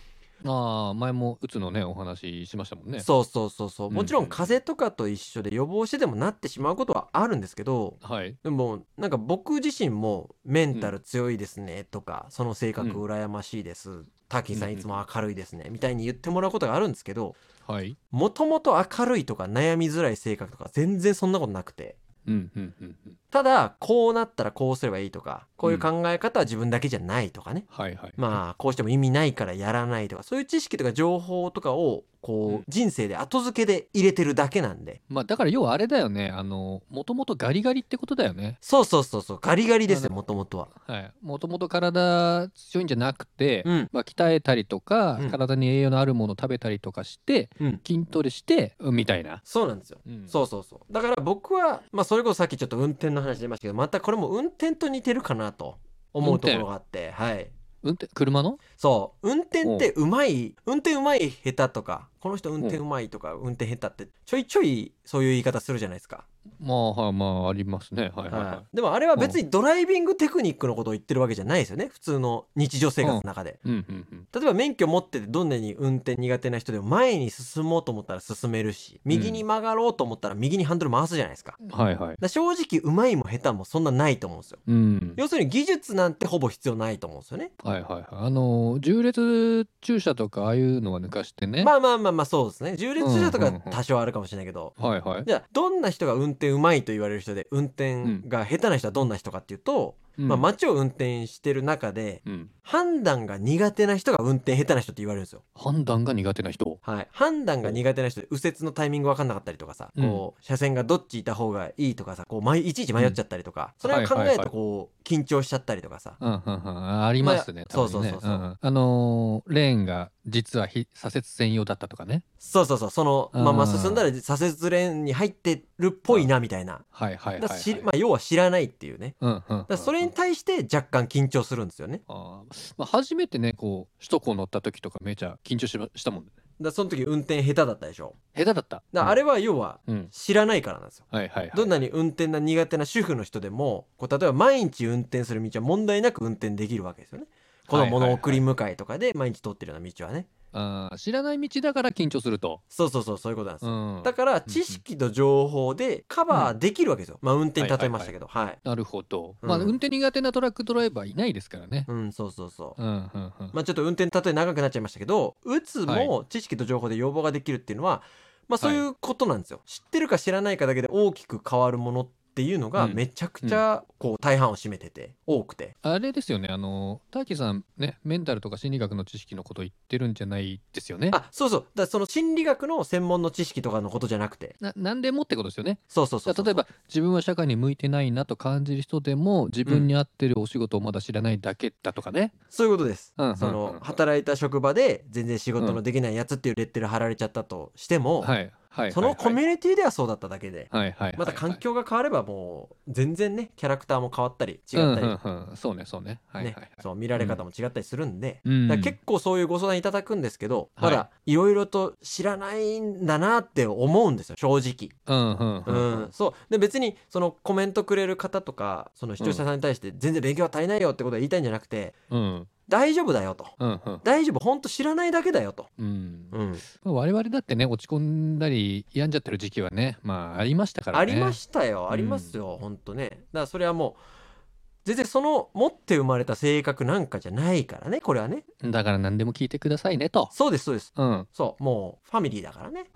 Speaker 2: ああ、前もうつのね、お話ししましたもんね。
Speaker 1: そうそうそうそう
Speaker 2: うん
Speaker 1: もちろん風邪とかと一緒で予防してでもなってしまうことはあるんですけど
Speaker 2: はい。
Speaker 1: でもなんか僕自身もメンタル強いですねとか、その性格羨ましいです、ターキーさ
Speaker 2: うんん
Speaker 1: いつも明るいですねみたいに言ってもらうことがあるんですけど
Speaker 2: はい。
Speaker 1: もともと明るいとか悩みづらい性格とか全然そんなことなくて。
Speaker 2: うんうんうんうん。
Speaker 1: ただこうなったらこうすればいいとかこういう考え方は自分だけじゃないとかね、
Speaker 2: はいはい。
Speaker 1: まあこうしても意味ないからやらないとかそういう知識とか情報とかを
Speaker 2: う
Speaker 1: こうん人生で後付けで入れてるだけなんで
Speaker 2: まあ、だから要はあれだよね。あの、もともとガリガリってことだよね。
Speaker 1: そうそうそうそうガリガリです
Speaker 2: な
Speaker 1: よ
Speaker 2: る
Speaker 1: もともとは
Speaker 2: はい。もともと体強いんじゃなくて、
Speaker 1: うん
Speaker 2: まあ、鍛えたりとか、
Speaker 1: うん
Speaker 2: 体に栄養のあるものを食べたりとかして、
Speaker 1: うん
Speaker 2: 筋トレして、みたいな。
Speaker 1: そうなんですよ
Speaker 2: うん
Speaker 1: そうそうそうだから僕はまあそれこそさっきちょっと運転の話出ましたけどまたこれも運転と似てるかなと思うところがあってはい
Speaker 2: 運転車の
Speaker 1: そう運転ってうまい運転うまい下手とかこの人運転うまいとか運転下手ってちょいちょいそういう言い方するじゃないですか
Speaker 2: まあはいまあありますねはいはいはい、
Speaker 1: はい、でもあれは別にドライビングテクニックのことを言ってるわけじゃないですよね普通の日常生活の中で。
Speaker 2: うんうんうん
Speaker 1: 例えば免許持っててどんなに運転苦手な人でも前に進もうと思ったら進めるし右に曲がろうと思ったら右にハンドル回すじゃないですか。だか
Speaker 2: はいはい
Speaker 1: ら正直うまいも下手もそんなないと思うんですよ。
Speaker 2: うん
Speaker 1: 要するに技術なんてほぼ必要ないと思うんですよね。
Speaker 2: はいはいはいあのー縦列駐車とかああいうのは抜かしてね、
Speaker 1: まあまあまあまあそうですね。縦列駐車とか
Speaker 2: うんうんうん
Speaker 1: 多少あるかもしれないけど。
Speaker 2: はいはい
Speaker 1: じゃあどんな人が運転うまいと言われる人で運転が下手な人はどんな人かっていうと
Speaker 2: うん
Speaker 1: まあ、街を運転してる中で
Speaker 2: うん、
Speaker 1: 判断が苦手な人が運転下手な人って言われるんですよ。
Speaker 2: 判断が苦手な人
Speaker 1: はい、判断が苦手な人で右折のタイミング分かんなかったりとかさ、
Speaker 2: うん
Speaker 1: こう車線がどっちいた方がいいとかさこう迷いいちいち迷っちゃったりとか、それは考
Speaker 2: はい
Speaker 1: える
Speaker 2: はいは
Speaker 1: と
Speaker 2: い
Speaker 1: こう緊張しちゃったりとかさ、
Speaker 2: うんうんうん、ありますね、
Speaker 1: まあ
Speaker 2: たま
Speaker 1: そ
Speaker 2: にね
Speaker 1: うそうそうそうん
Speaker 2: んあのーレーンが実はひ左折専用だったとかね
Speaker 1: そうそうそうその
Speaker 2: うん
Speaker 1: まあまあ進んだら左折レーンに入ってるっぽいなみたいな、
Speaker 2: はいはいはい、
Speaker 1: だから
Speaker 2: はい
Speaker 1: 知まあ、要は知らないっていうね
Speaker 2: うんうんうんうん
Speaker 1: だからそれに対して若干緊張するんですよね
Speaker 2: あーまあ、初めてねこう首都高乗った時とかめちゃ緊張しましたもんね
Speaker 1: だからその時運転下手だったでしょ
Speaker 2: 下手だった
Speaker 1: だからあれは要は
Speaker 2: うん、うん
Speaker 1: 知らないからなんですよ
Speaker 2: はいはいはい
Speaker 1: どんなに運転が苦手な主婦の人でもこう例えば毎日運転する道は問題なく運転できるわけですよね子供の送り迎えとかで毎日通ってるような道はね
Speaker 2: あー知らない道だから緊張すると、
Speaker 1: そうそうそうそういうことなんです
Speaker 2: う
Speaker 1: よ
Speaker 2: ん、
Speaker 1: だから知識と情報でカバーできるわけですよまあ運転に例えましたけどはい
Speaker 2: なるほど、
Speaker 1: うん
Speaker 2: まあ運転苦手なトラックドライバーいないですからね、
Speaker 1: うんそうそうそう
Speaker 2: うんうんうん
Speaker 1: まあちょっと運転例え長くなっちゃいましたけど打つも知識と情報で予防ができるっていうのはまあそういうことなんですよ知ってるか知らないかだけで大きく変わるものっていうのが
Speaker 2: うん
Speaker 1: めちゃくちゃこう大半を占めてて多くて
Speaker 2: あれですよねあのターキーさんねメンタルとか心理学の知識のこと言ってるんじゃないですよね
Speaker 1: あそうそうだからその心理学の専門の知識とかのことじゃなくて
Speaker 2: な何でもってことですよね
Speaker 1: そうそうそうそう
Speaker 2: 例えば自分は社会に向いてないなと感じる人でも自分に合ってるお仕事をまだ知らないだけだとかね、
Speaker 1: そういうことです
Speaker 2: うんうんうん
Speaker 1: その働いた職場で全然仕事のできないやつっていうレッテル貼られちゃったとしても
Speaker 2: はいはいはいはい
Speaker 1: そのコミュニティではそうだっただけで
Speaker 2: はいはいはい
Speaker 1: また環境が変わればもう全然ねキャラクターも変わったり違
Speaker 2: うん
Speaker 1: ったり
Speaker 2: うんうんそうねそうねはいはい
Speaker 1: ね
Speaker 2: はい、
Speaker 1: そう見られ方も違ったりするんで、
Speaker 2: うん
Speaker 1: だから結構そういうご相談いただくんですけど、
Speaker 2: はい
Speaker 1: まだいろいろと知らないんだなって思うんですよ正直。
Speaker 2: うんうん
Speaker 1: う
Speaker 2: うんん
Speaker 1: そうで別にそのコメントくれる方とかその視聴者さんに対して全然勉強は足りないよってことは言いたいんじゃなくて
Speaker 2: うん
Speaker 1: 大丈夫だよと
Speaker 2: うんうん
Speaker 1: 大丈夫ほんと知らないだけだよと、
Speaker 2: うん
Speaker 1: うん
Speaker 2: まあ我々だってね落ち込んだり病んじゃってる時期はねまあありましたからね
Speaker 1: ありましたよありますよ、ほんとねだからそれはもう全然その持って生まれた性格なんかじゃないからねこれはね
Speaker 2: だから何でも聞いてくださいねと
Speaker 1: そうですそうです
Speaker 2: うん
Speaker 1: そうもうファミリーだから ね、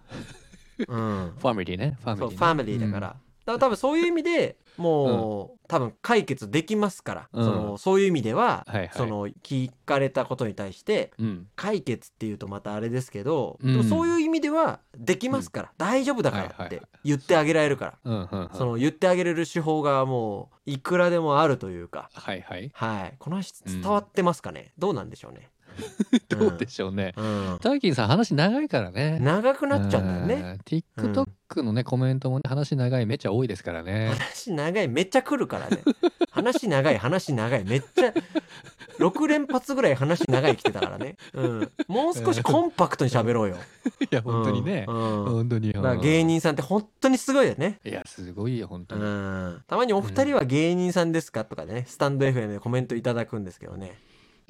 Speaker 1: うん、
Speaker 2: ファミリーねファミリ
Speaker 1: そ
Speaker 2: ー
Speaker 1: う
Speaker 2: ね、
Speaker 1: ファミリーだから、だから多分そういう意味でもう、多分解決できますから、
Speaker 2: うん
Speaker 1: そのそういう意味では、
Speaker 2: はいはい
Speaker 1: その聞かれたことに対して
Speaker 2: うん、うん
Speaker 1: 解決っていうとまたあれですけど、
Speaker 2: うん
Speaker 1: でもそういう意味ではできますから、大丈夫だから
Speaker 2: は
Speaker 1: っ
Speaker 2: いはい
Speaker 1: て
Speaker 2: はい
Speaker 1: 言ってあげられるから、
Speaker 2: うんうんうん
Speaker 1: その言ってあげれる手法がもういくらでもあるというか。
Speaker 2: はいはい
Speaker 1: はい、この話
Speaker 2: うん
Speaker 1: 伝わってますかね、どうなんでしょうね、うん
Speaker 2: どうでしょうね、
Speaker 1: うん、
Speaker 2: ターキンさん話長いからね
Speaker 1: 長くなっちゃうんだよね、
Speaker 2: うん TikTok のね、コメントもね話長いめちゃ多いですからね
Speaker 1: 話長いめっちゃ来るからね話長い話長いめっちゃ6連発ぐらい話長い来てたからね、うん、もう少しコンパクトに喋ろうよ
Speaker 2: いや 本当にね、
Speaker 1: うんうん
Speaker 2: 本当に、
Speaker 1: だから芸人さんって本当にすごいよね
Speaker 2: いやすごいよ本当
Speaker 1: う
Speaker 2: に、
Speaker 1: ん、たまに「お二人は芸人さんですか?」とかねスタンド FM でコメントいただくんですけどね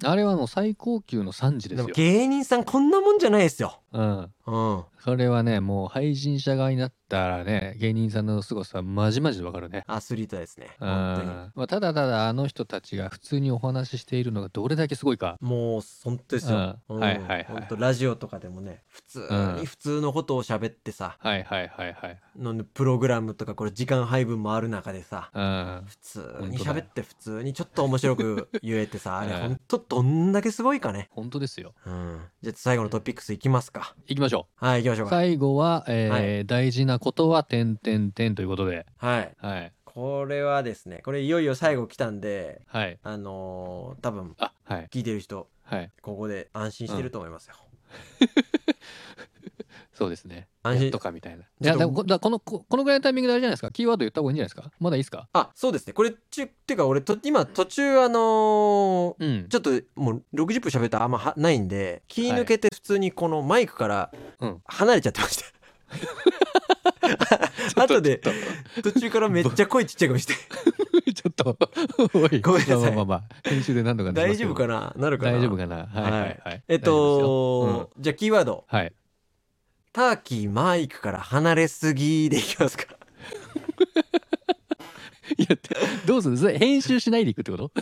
Speaker 2: あれはもう最高級の惨事で
Speaker 1: ですも
Speaker 2: よ、
Speaker 1: 芸人さんこんなもんじゃないですよ、
Speaker 2: うん、
Speaker 1: うん、
Speaker 2: それはねもう配信者側になったらね芸人さんの凄さまじまじでわかるね
Speaker 1: アスリートですね
Speaker 2: うん
Speaker 1: 本当に
Speaker 2: まあ、ただただあの人たちが普通にお話ししているのがどれだけすごいか
Speaker 1: もう本当ですよ、
Speaker 2: う
Speaker 1: うんん
Speaker 2: はいはいはい
Speaker 1: 本当ラジオとかでもね普通
Speaker 2: うん
Speaker 1: に普通のことを喋ってさ、
Speaker 2: はいはいはいはい、
Speaker 1: のプログラムとかこれ時間配分もある中でさ
Speaker 2: うん、
Speaker 1: 普通に喋って普通にちょっと面白く言えてさあれほんとどんだけすごいかね、
Speaker 2: 本当ですよ
Speaker 1: うん、じゃあ最後のトピックスいきますか
Speaker 2: 行きましょ
Speaker 1: はい行きましょ
Speaker 2: う
Speaker 1: うか
Speaker 2: 最後は、えー
Speaker 1: は
Speaker 2: 大事なことは点点点ということで
Speaker 1: はい
Speaker 2: はい
Speaker 1: これはですねこれいよいよ最後来たんで
Speaker 2: はい
Speaker 1: あのー多分
Speaker 2: あはい
Speaker 1: 聞いてる人
Speaker 2: はい
Speaker 1: ここで安心してると思いますよ、
Speaker 2: そうですね
Speaker 1: 安
Speaker 2: や
Speaker 1: 心
Speaker 2: っとかみたいな。い
Speaker 1: ちょっ
Speaker 2: や
Speaker 1: と
Speaker 2: でもこだこのここのぐらいのタイミングであれじゃないですか。キーワード言った方がいいんじゃないですか。まだいいですか。
Speaker 1: あそうですねこれちゅっていうか俺と今途中あのー
Speaker 2: うん。
Speaker 1: ちょっともう60分喋ったらあんまはないんで気抜けて普通にこのマイクから
Speaker 2: うん
Speaker 1: 離れちゃって ました、後で
Speaker 2: ちょっ
Speaker 1: 途中からめっちゃ声ちっちゃい 声して
Speaker 2: とちょっとおい
Speaker 1: ごめんなさい
Speaker 2: まあまあまあまあ編集で何とかなりま
Speaker 1: 大
Speaker 2: すけ
Speaker 1: 丈
Speaker 2: ど
Speaker 1: 夫かななるかな
Speaker 2: 大丈夫かな。はいはいはい。
Speaker 1: えっ
Speaker 2: 大丈夫ですよ
Speaker 1: と、じゃあキーワード
Speaker 2: うんはい。
Speaker 1: 「ターキーマイクから離れすぎ」でいきますか
Speaker 2: いやどうする。それ編集しないでいくって こと？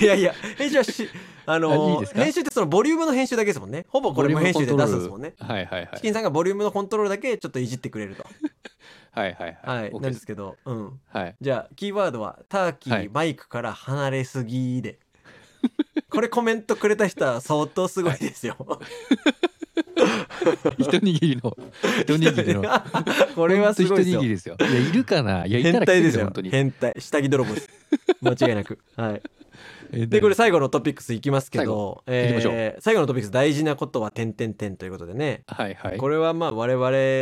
Speaker 1: いやいや編集はしあ
Speaker 2: あいい
Speaker 1: の
Speaker 2: ですか
Speaker 1: 編集ってそのボリュームの編集だけですもんねほぼこれも編集で出すんですもんね
Speaker 2: はいはいはい
Speaker 1: チキ。ンさんがボリュームのコントロールだけちょっといじってくれると
Speaker 2: はいはい
Speaker 1: は
Speaker 2: はい
Speaker 1: い、
Speaker 2: OK
Speaker 1: なん
Speaker 2: で
Speaker 1: です
Speaker 2: す
Speaker 1: けど、うん。
Speaker 2: はい
Speaker 1: じゃあ、キーワードは、ターキー、
Speaker 2: はい
Speaker 1: マイクから離れすぎで。これコメントくれた人は相当すごいですよ。
Speaker 2: 一握り の一握りの
Speaker 1: これはすごいですよ
Speaker 2: ほんと一握り。ですよいやいるかないやいた
Speaker 1: 変
Speaker 2: ら来て
Speaker 1: 態
Speaker 2: る
Speaker 1: です
Speaker 2: よ
Speaker 1: よ
Speaker 2: 本当。に
Speaker 1: 変態。下着泥棒 です。間違いなく。はい。で、
Speaker 2: で
Speaker 1: これ最後のトピックスいきますけ
Speaker 2: 最
Speaker 1: ど、
Speaker 2: 行きましょう
Speaker 1: えー最後のトピックス、大事なことは点々点ということでね。
Speaker 2: はいはい
Speaker 1: これはまあ我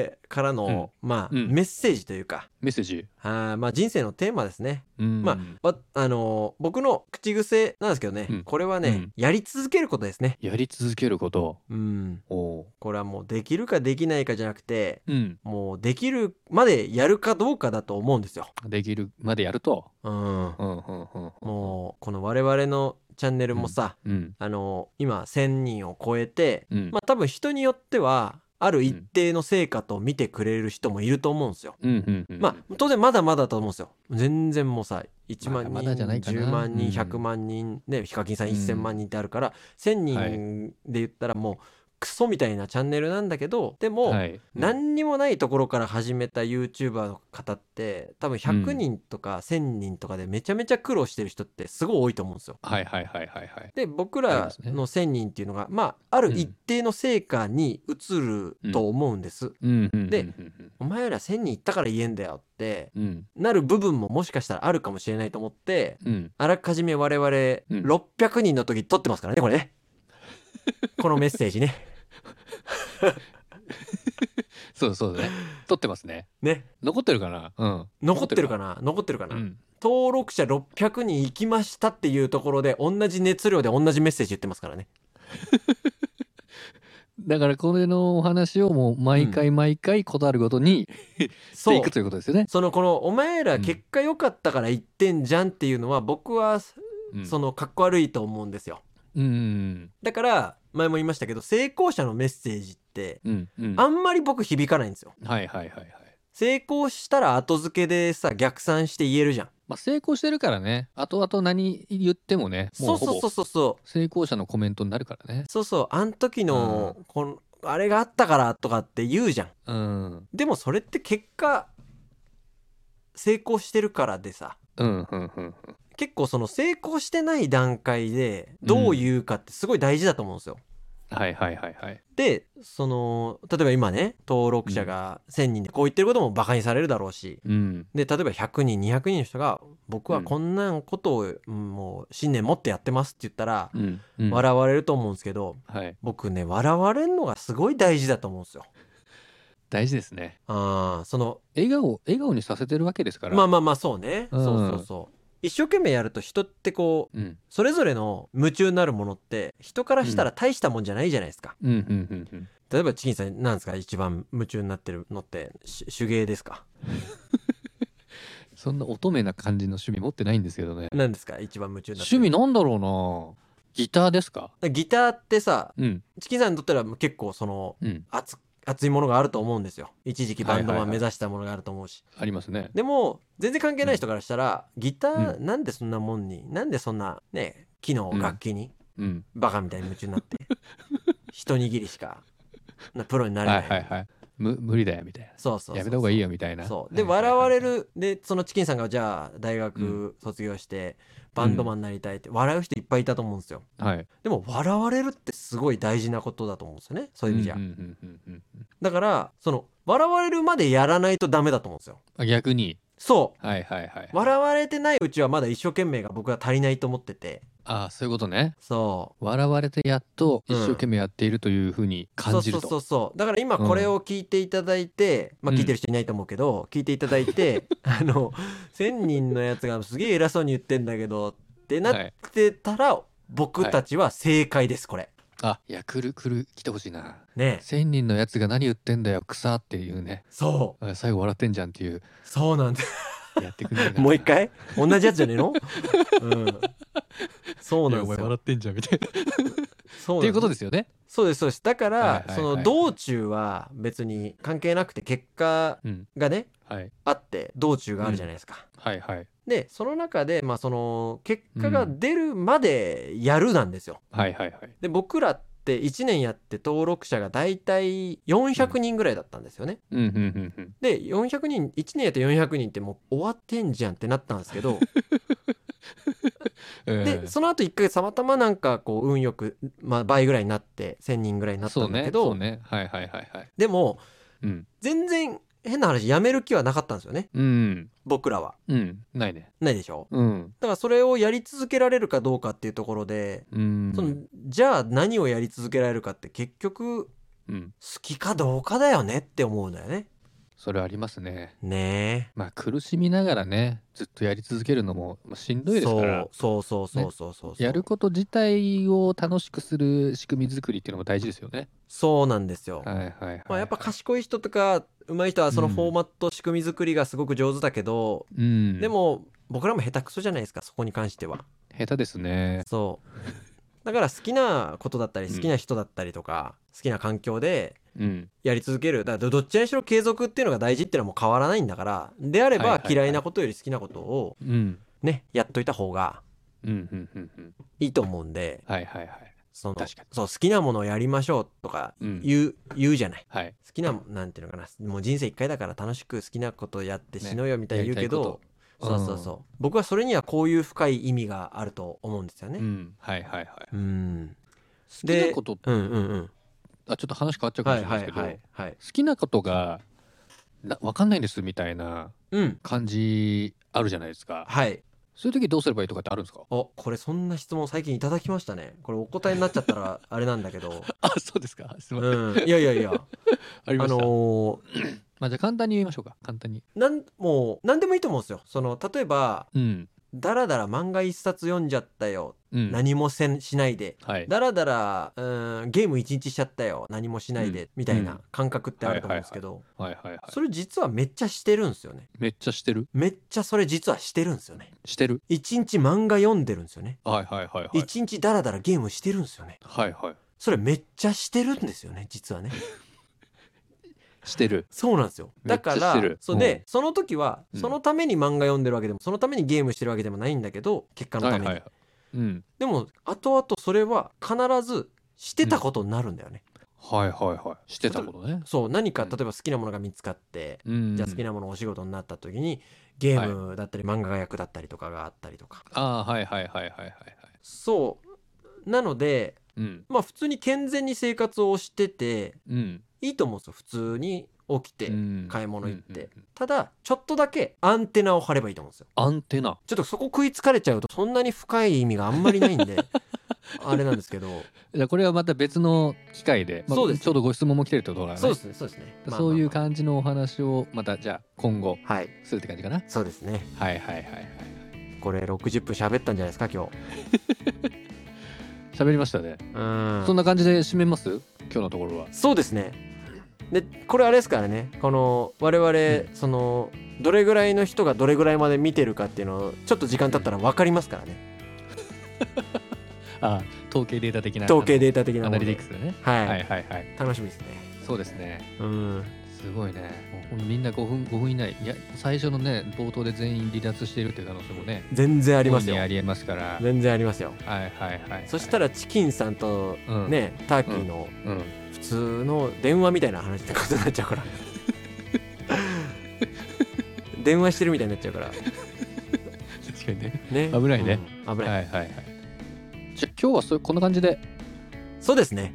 Speaker 1: 々からの、まあ、
Speaker 2: うん
Speaker 1: メッセージというか、
Speaker 2: メッセージ
Speaker 1: あーまあ人生のテーマですね。
Speaker 2: うん
Speaker 1: まわあのー僕の口癖なんですけどね、
Speaker 2: うん
Speaker 1: これはね、
Speaker 2: うん
Speaker 1: やり続けることですね。
Speaker 2: やり続けること
Speaker 1: うん。
Speaker 2: おう
Speaker 1: これはもうできるかできないかじゃなくて、
Speaker 2: うん
Speaker 1: もうできるまでやるかどうかだと思うんですよ。
Speaker 2: できるまでやると
Speaker 1: うん。
Speaker 2: うんうんうん
Speaker 1: もうこの我々のチャンネルもさ、
Speaker 2: うん
Speaker 1: あのー今1,000人を超えて、
Speaker 2: うん
Speaker 1: まあ多分人によってはある一定の成果と見てくれる人もいると思うんですよ。
Speaker 2: うんうんうん
Speaker 1: まあ当然まだまだだと思うんですよ全然もうさ1万人、
Speaker 2: まだまだじゃないかな
Speaker 1: 10万人
Speaker 2: うん
Speaker 1: 100万人ねヒカキンさん
Speaker 2: うん
Speaker 1: 1,000万人ってあるから、1,000人で言ったらもうクソみたいなチャンネルなんだけどでも、
Speaker 2: はい
Speaker 1: 何にもないところから始めた YouTuber の方って多分100人とか1,000人とかでめちゃめちゃ苦労してる人ってすごい多いと思うんですよ。
Speaker 2: はいはいはいはいはい
Speaker 1: で僕
Speaker 2: あり
Speaker 1: ら
Speaker 2: ますね
Speaker 1: の1,000人っていうのがまあある一定の成果に移ると思うんです。
Speaker 2: うんうん
Speaker 1: で
Speaker 2: うんうん
Speaker 1: お前ら1,000人いったから言えんだよって
Speaker 2: うんうん
Speaker 1: なる部分ももしかしたらあるかもしれないと思って
Speaker 2: うん
Speaker 1: あらかじめ我々
Speaker 2: ん
Speaker 1: 600人の時撮ってますからねこれね このメッセージね
Speaker 2: そうそうだ ね撮ってますね
Speaker 1: ね
Speaker 2: 残ってるかなうん
Speaker 1: 残ってるかな残ってるかな、
Speaker 2: うん
Speaker 1: 登録者600人行きましたっていうところで同じ熱量で同じメッセージ言ってますからね
Speaker 2: だからこれのお話をもう毎回毎回ことあるごとにして
Speaker 1: そ
Speaker 2: いうくということですよね。
Speaker 1: そのこのお前ら結果良かったから言ってんじゃんっていうのは僕は
Speaker 2: うん
Speaker 1: そのかっこ悪いと思うんですよ
Speaker 2: うん
Speaker 1: だから前も言いましたけど成功者のメッセージって
Speaker 2: うんうん
Speaker 1: あんまり僕響かないんですよ
Speaker 2: はいはいはいはい。
Speaker 1: 成功したら後付けでさ逆算して言えるじゃん
Speaker 2: まあ成功してるからね後々何言ってもね
Speaker 1: そ
Speaker 2: もう
Speaker 1: う
Speaker 2: ほ
Speaker 1: そうそ
Speaker 2: ぼ
Speaker 1: うそうそう
Speaker 2: 成功者のコメントになるからね。
Speaker 1: そうそうあん時のこのあれがあったからとかって言うじゃん
Speaker 2: うん
Speaker 1: でもそれって結果成功してるからでさ
Speaker 2: うんうんうん
Speaker 1: 結構その成功してない段階でどう言うかってすごい大事だと思うんですよ、
Speaker 2: はいはいはいはい。
Speaker 1: でその例えば今ね登録者が1,000人でこう言ってることもバカにされるだろうし
Speaker 2: うん
Speaker 1: で例えば100人200人の人が「僕はこんなことを、うんもう信念持ってやってます」って言ったら、
Speaker 2: うんうん
Speaker 1: 笑われると思うんですけど
Speaker 2: はい
Speaker 1: 僕ね笑われるのがすごい大事だと思うんですよ。
Speaker 2: 大事ですね。
Speaker 1: あーその
Speaker 2: 笑顔笑顔にさせてるわけですから。
Speaker 1: まあまあまあそうね、
Speaker 2: うん
Speaker 1: そうそうそう一生懸命やると人ってこう
Speaker 2: うん
Speaker 1: それぞれの夢中になるものって人からしたら大したもんじゃないじゃないですか、
Speaker 2: うんうんうんうん。
Speaker 1: 例えばチキンさんなんですか一番夢中になってるのってし手芸ですか
Speaker 2: そんな乙女な感じの趣味持ってないんですけどね。
Speaker 1: 何ですか一番夢中になって
Speaker 2: 趣
Speaker 1: る
Speaker 2: 味なんだろうな。ギターですか。
Speaker 1: ギターってさ
Speaker 2: うん
Speaker 1: チキンさんにとっては結構その
Speaker 2: うん
Speaker 1: 熱熱いものがあると思うんですよ一時期バンド
Speaker 2: は
Speaker 1: マ
Speaker 2: いは
Speaker 1: ン目
Speaker 2: いはい
Speaker 1: 指したものがあると思うし、
Speaker 2: ありますね。
Speaker 1: でも全然関係ない人からしたら、ギター
Speaker 2: う
Speaker 1: なんでそんなもんに、なんでそんなね機能
Speaker 2: うん
Speaker 1: 楽器に、
Speaker 2: うん
Speaker 1: バカみたいに夢中になって 一握りしかなプロになれ
Speaker 2: は
Speaker 1: ない
Speaker 2: い、はいはい。む無理だよみたいな。
Speaker 1: そうそうそう
Speaker 2: やめた方がいいよみたいな。
Speaker 1: そうで
Speaker 2: はいは
Speaker 1: 笑
Speaker 2: いは
Speaker 1: わ
Speaker 2: い
Speaker 1: れ。るでそのチキンさんがじゃあ大学卒業してバンドマンになりたいって笑う人いっぱいいたと思うんですよ
Speaker 2: はい。
Speaker 1: でも笑われるってすごい大事なことだと思うんですよねそううんいううん意
Speaker 2: う
Speaker 1: 味じゃ、
Speaker 2: んうんうん
Speaker 1: だからその笑われるまでやらないとダメだと思うんですよ
Speaker 2: あ逆に。
Speaker 1: そ。
Speaker 2: はいはいはいう
Speaker 1: 笑われてないうちはまだ一生懸命が僕は足りないと思ってて
Speaker 2: ああそういうことね。
Speaker 1: そう
Speaker 2: 笑われてやっと
Speaker 1: うん
Speaker 2: 一生懸命やっているというふうに感じる
Speaker 1: そうそう
Speaker 2: と。
Speaker 1: そうそうだから今これを聞いていただいて、
Speaker 2: ん
Speaker 1: まあ聞いてる人いないと思うけど、聞いていただいて あの1,000人のやつがすげえ偉そうに言ってんだけどってなってたら、僕たちは正解ですこれ。
Speaker 2: あいや来る来る来てほしいな。
Speaker 1: ね
Speaker 2: 千人のやつが何言ってんだよ草っていうね。
Speaker 1: そう
Speaker 2: あ最後笑ってんじゃんっていう
Speaker 1: そうなんだ
Speaker 2: やってくれ る
Speaker 1: もう一回同じやつじゃね えの、うん、そう
Speaker 2: い
Speaker 1: な
Speaker 2: や
Speaker 1: んで
Speaker 2: お前
Speaker 1: すよ。
Speaker 2: 笑ってんじゃんみたいな。っ
Speaker 1: そう
Speaker 2: ていうこと
Speaker 1: で
Speaker 2: ですよね。
Speaker 1: そうですそうですだから、
Speaker 2: はいはいはい
Speaker 1: その道中は別に関係なくて結果
Speaker 2: うん
Speaker 1: がね
Speaker 2: はい
Speaker 1: あって道中があるじゃないですか。
Speaker 2: はいはい
Speaker 1: でその中で、まあ、その結果が出るまでやるなんですよ。
Speaker 2: はいはいはい。
Speaker 1: で僕らっって1年やって登録者が大体400人ぐらいだったんですよね。
Speaker 2: うんうんうんうん
Speaker 1: で400人1年やって400人ってもう終わってんじゃんってなったんですけど
Speaker 2: ええ
Speaker 1: でその後1ヶ月たまたまなんかこう運よく、まあ、倍ぐらいになって1,000人ぐらいになったんだけ
Speaker 2: そ
Speaker 1: ど、
Speaker 2: うねそうねはいはいはいはい
Speaker 1: でも
Speaker 2: うん
Speaker 1: 全然変な話やめる気はなかったんですよね
Speaker 2: うん
Speaker 1: 僕らは。
Speaker 2: うんないね
Speaker 1: ないでしょ
Speaker 2: うん
Speaker 1: だからそれをやり続けられるかどうかっていうところで、
Speaker 2: うん
Speaker 1: そのじゃあ何をやり続けられるかって結局好
Speaker 2: うん
Speaker 1: きかどうかだよねって思うんだよね。
Speaker 2: それありますね
Speaker 1: ね
Speaker 2: まあ苦しみながらねずっとやり続けるのもまあしんどい
Speaker 1: え。
Speaker 2: です
Speaker 1: そ
Speaker 2: から
Speaker 1: うそうそうそうそうそうそう。
Speaker 2: やること自体を楽しくする仕組み作りっていうのも大事ですよね。
Speaker 1: そうなんですよ。
Speaker 2: はいはいはい。
Speaker 1: まあ、やっぱ賢い人とか上手い人はそのフォーマット仕組み作りがすごく上手だけど、
Speaker 2: うん、
Speaker 1: でも僕らも下手くそじゃないですかそこに関しては。
Speaker 2: 下手ですね。
Speaker 1: そうだから好きなことだったり
Speaker 2: うん
Speaker 1: 好きな人だったりとか、好きな環境で
Speaker 2: うん。
Speaker 1: やり続けるだからどっちにしろ継続っていうのが大事っていうのはもう変わらないんだからであれ
Speaker 2: はいはい
Speaker 1: ば
Speaker 2: はい
Speaker 1: 嫌いなことより好きなことを
Speaker 2: うん。
Speaker 1: ねやっといた方が
Speaker 2: うんうんうんうん。
Speaker 1: いいと思うんで
Speaker 2: はいはいはい。
Speaker 1: その
Speaker 2: 確かに
Speaker 1: そう好きなものをやりましょうとか
Speaker 2: うん
Speaker 1: 言う,、言うじゃない
Speaker 2: はい。
Speaker 1: 好きななんていうのかなもう人生一回だから楽しく好きなことやって死のうよみたいに言うけど、
Speaker 2: やりたいこと
Speaker 1: そうそうそう、僕はそれにはこういう深い意味があると思うんですよ
Speaker 2: う
Speaker 1: ね。
Speaker 2: ん。はいはいはい。好
Speaker 1: うん、
Speaker 2: きなこと、
Speaker 1: うんうんうん
Speaker 2: あ、ちょっと話変わっちゃうかも
Speaker 1: は
Speaker 2: し
Speaker 1: いは
Speaker 2: れないです
Speaker 1: い
Speaker 2: けど、
Speaker 1: はいはい
Speaker 2: 好きなことが、な、わかんないですみたいな
Speaker 1: うん
Speaker 2: 感じあるじゃないですか。
Speaker 1: はい
Speaker 2: そういう時どうすればいいとかってあるんですか
Speaker 1: おこれそんな質問最近いただきましたねこれお答えになっちゃった らあれなんだけど、
Speaker 2: あ、そうですか。すみません。
Speaker 1: うん、いやいやいや
Speaker 2: あり
Speaker 1: あ
Speaker 2: ました。
Speaker 1: のー
Speaker 2: まあ、じゃあ簡単に言いましょうか。簡単に。
Speaker 1: なんもう何でもいいと思うんですよその例えば
Speaker 2: うん。
Speaker 1: だらだら漫画一冊読んじゃったよ、
Speaker 2: うん。
Speaker 1: 何もせんしないで
Speaker 2: はい。
Speaker 1: だらだらうーんゲーム一日しちゃったよ何もしないで、
Speaker 2: うん
Speaker 1: みたい
Speaker 2: うん
Speaker 1: な感覚ってあると思うんですけど、
Speaker 2: はいはいはい。
Speaker 1: それ実はめっちゃしてるんですよね
Speaker 2: めっちゃしてる
Speaker 1: めっちゃそれ実はしてるんですよね
Speaker 2: してる
Speaker 1: 一日漫画読んでるんですよね
Speaker 2: はいはいはいはい。
Speaker 1: 一、日だらだらゲームしてるんですよね
Speaker 2: はいはい。
Speaker 1: それめっちゃしてるんですよね実は ね
Speaker 2: してる。
Speaker 1: そうなんですよだか
Speaker 2: めっちゃ
Speaker 1: ら
Speaker 2: してる
Speaker 1: そう
Speaker 2: うん
Speaker 1: で、その時は
Speaker 2: うん
Speaker 1: そのために漫画読んでるわけでもそのためにゲームしてるわけでもないんだけど結果のために、
Speaker 2: はいはい。うん。
Speaker 1: でも後々それは必ずしてたことになるんだよね、
Speaker 2: はいはいはい。してたことね。
Speaker 1: そう何か
Speaker 2: うん
Speaker 1: 例えば好きなものが見つかって、
Speaker 2: うん。
Speaker 1: じゃあ好きなものお仕事になった時にゲームだったり漫画が役だったりとかがあったりとか、
Speaker 2: ああ、はいはいはいはいはいはい。
Speaker 1: そうなので
Speaker 2: うん。
Speaker 1: まあ普通に健全に生活をしてて
Speaker 2: うん。
Speaker 1: いいと思うんですよ普通に起きて
Speaker 2: うん
Speaker 1: 買い物行って、
Speaker 2: うんうんうん
Speaker 1: ただちょっとだけアンテナを張ればいいと思うんですよ
Speaker 2: アンテナ。
Speaker 1: ちょっとそこ食いつかれちゃうとそんなに深い意味があんまりないん であれなんですけど
Speaker 2: じゃあこれはまた別の機会で、まあ
Speaker 1: そうです
Speaker 2: ちょうどご質問も来てるってことだね。
Speaker 1: そうですねそうですね
Speaker 2: そういう
Speaker 1: じ、
Speaker 2: 感じのお話をまたじゃあ今後
Speaker 1: まあまあはい
Speaker 2: するって感じかな。
Speaker 1: そうですね
Speaker 2: はいはいはいはい。
Speaker 1: これ60分喋ったんじゃないですか今日
Speaker 2: 喋りましたね。
Speaker 1: うん
Speaker 2: そんな感じで締めます今日のところは。
Speaker 1: そうですね。でこれあれですからねこの我々、そのどれぐらいの人がどれぐらいまで見てるかっていうのをちょっと時間経ったら分かりますからね
Speaker 2: あー統計データ的な。
Speaker 1: 統計データ的
Speaker 2: あの
Speaker 1: な
Speaker 2: ア
Speaker 1: もの
Speaker 2: ナリ
Speaker 1: で
Speaker 2: ティクスでね。
Speaker 1: はい、
Speaker 2: はいはいはい。
Speaker 1: 楽しみですね
Speaker 2: そうですね。
Speaker 1: うん
Speaker 2: すごいね。もうみんな5分 ,5 分以内いや最初のね冒頭で全員離脱しているっていう可能性もね
Speaker 1: 全然あ
Speaker 2: あ
Speaker 1: りますよ
Speaker 2: ありえますから。
Speaker 1: 全然ありますよ
Speaker 2: はいはいはい、
Speaker 1: そした
Speaker 2: ら、
Speaker 1: らチキンさんと
Speaker 2: うん
Speaker 1: ね、ターキーの
Speaker 2: うん、
Speaker 1: 普通の電話みたいな話ってことになっちゃ うから電話してるみたいになっちゃうから
Speaker 2: 確かにね。
Speaker 1: ね
Speaker 2: 危ないね、
Speaker 1: うん危
Speaker 2: はい
Speaker 1: ない、
Speaker 2: はいはい。じゃあ今日はそうこんな感じで、
Speaker 1: そうですね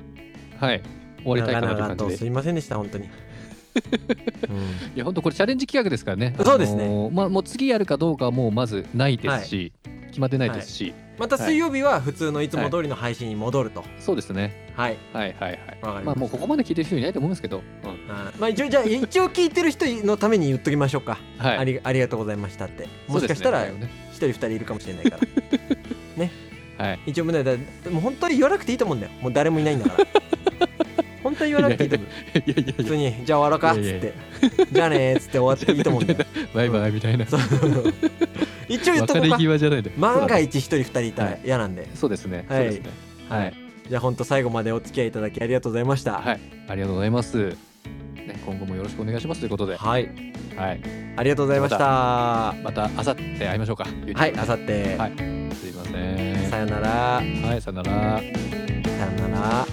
Speaker 2: はい、終わりたいかなという
Speaker 1: 長々
Speaker 2: 感
Speaker 1: と
Speaker 2: じ
Speaker 1: す
Speaker 2: で。
Speaker 1: いませんでした本 当に、うん
Speaker 2: いや本当これチャレンジ企画ですからね。
Speaker 1: そうですね
Speaker 2: あのーまあもう次やるかどうかはもうまずないですし、決まってないですし、
Speaker 1: また水曜日は普通のいつも通りの配信に戻ると
Speaker 2: そうですね。
Speaker 1: はい、
Speaker 2: はいはいはい。
Speaker 1: わかりました
Speaker 2: まあもうここまで聞いてる人いないと思うんですけど、うん、
Speaker 1: あーまあ一応じゃあ一応聞いてる人のために言っときましょうか、
Speaker 2: はい。
Speaker 1: ありありがとうございましたって
Speaker 2: そ
Speaker 1: も
Speaker 2: う
Speaker 1: し
Speaker 2: で
Speaker 1: か
Speaker 2: す
Speaker 1: したら
Speaker 2: ね
Speaker 1: 一人二人いるかもしれないから
Speaker 2: はい。
Speaker 1: 一応胸だもう本当は言わなくていいと思うんだよもう誰もいないんだから 本当は言わなくていいと思う
Speaker 2: いやいや
Speaker 1: 普
Speaker 2: い
Speaker 1: 通に「じゃあ終わろうか」っつっ
Speaker 2: いやいや
Speaker 1: て「じゃあね」っつって終わっていいと思うんだ よ
Speaker 2: や、バイバイみたいな。
Speaker 1: そう一応言っと
Speaker 2: 別
Speaker 1: こう
Speaker 2: れ
Speaker 1: か
Speaker 2: 際じゃないで。
Speaker 1: 万が一一人二人いたら嫌なんで、
Speaker 2: そうですね。
Speaker 1: はい
Speaker 2: そうですね。はい。
Speaker 1: じゃあ本当最後までお付き合いいただきありがとうございました
Speaker 2: はい。ありがとうございます。ね、今後もよろしくお願いしますということで、は
Speaker 1: はい
Speaker 2: い。
Speaker 1: ありがとうございました。は、
Speaker 2: また明後日会いましょうか。はい
Speaker 1: あさって
Speaker 2: はい。すいません。
Speaker 1: さよなら、
Speaker 2: はい、さよなら。
Speaker 1: さよなら。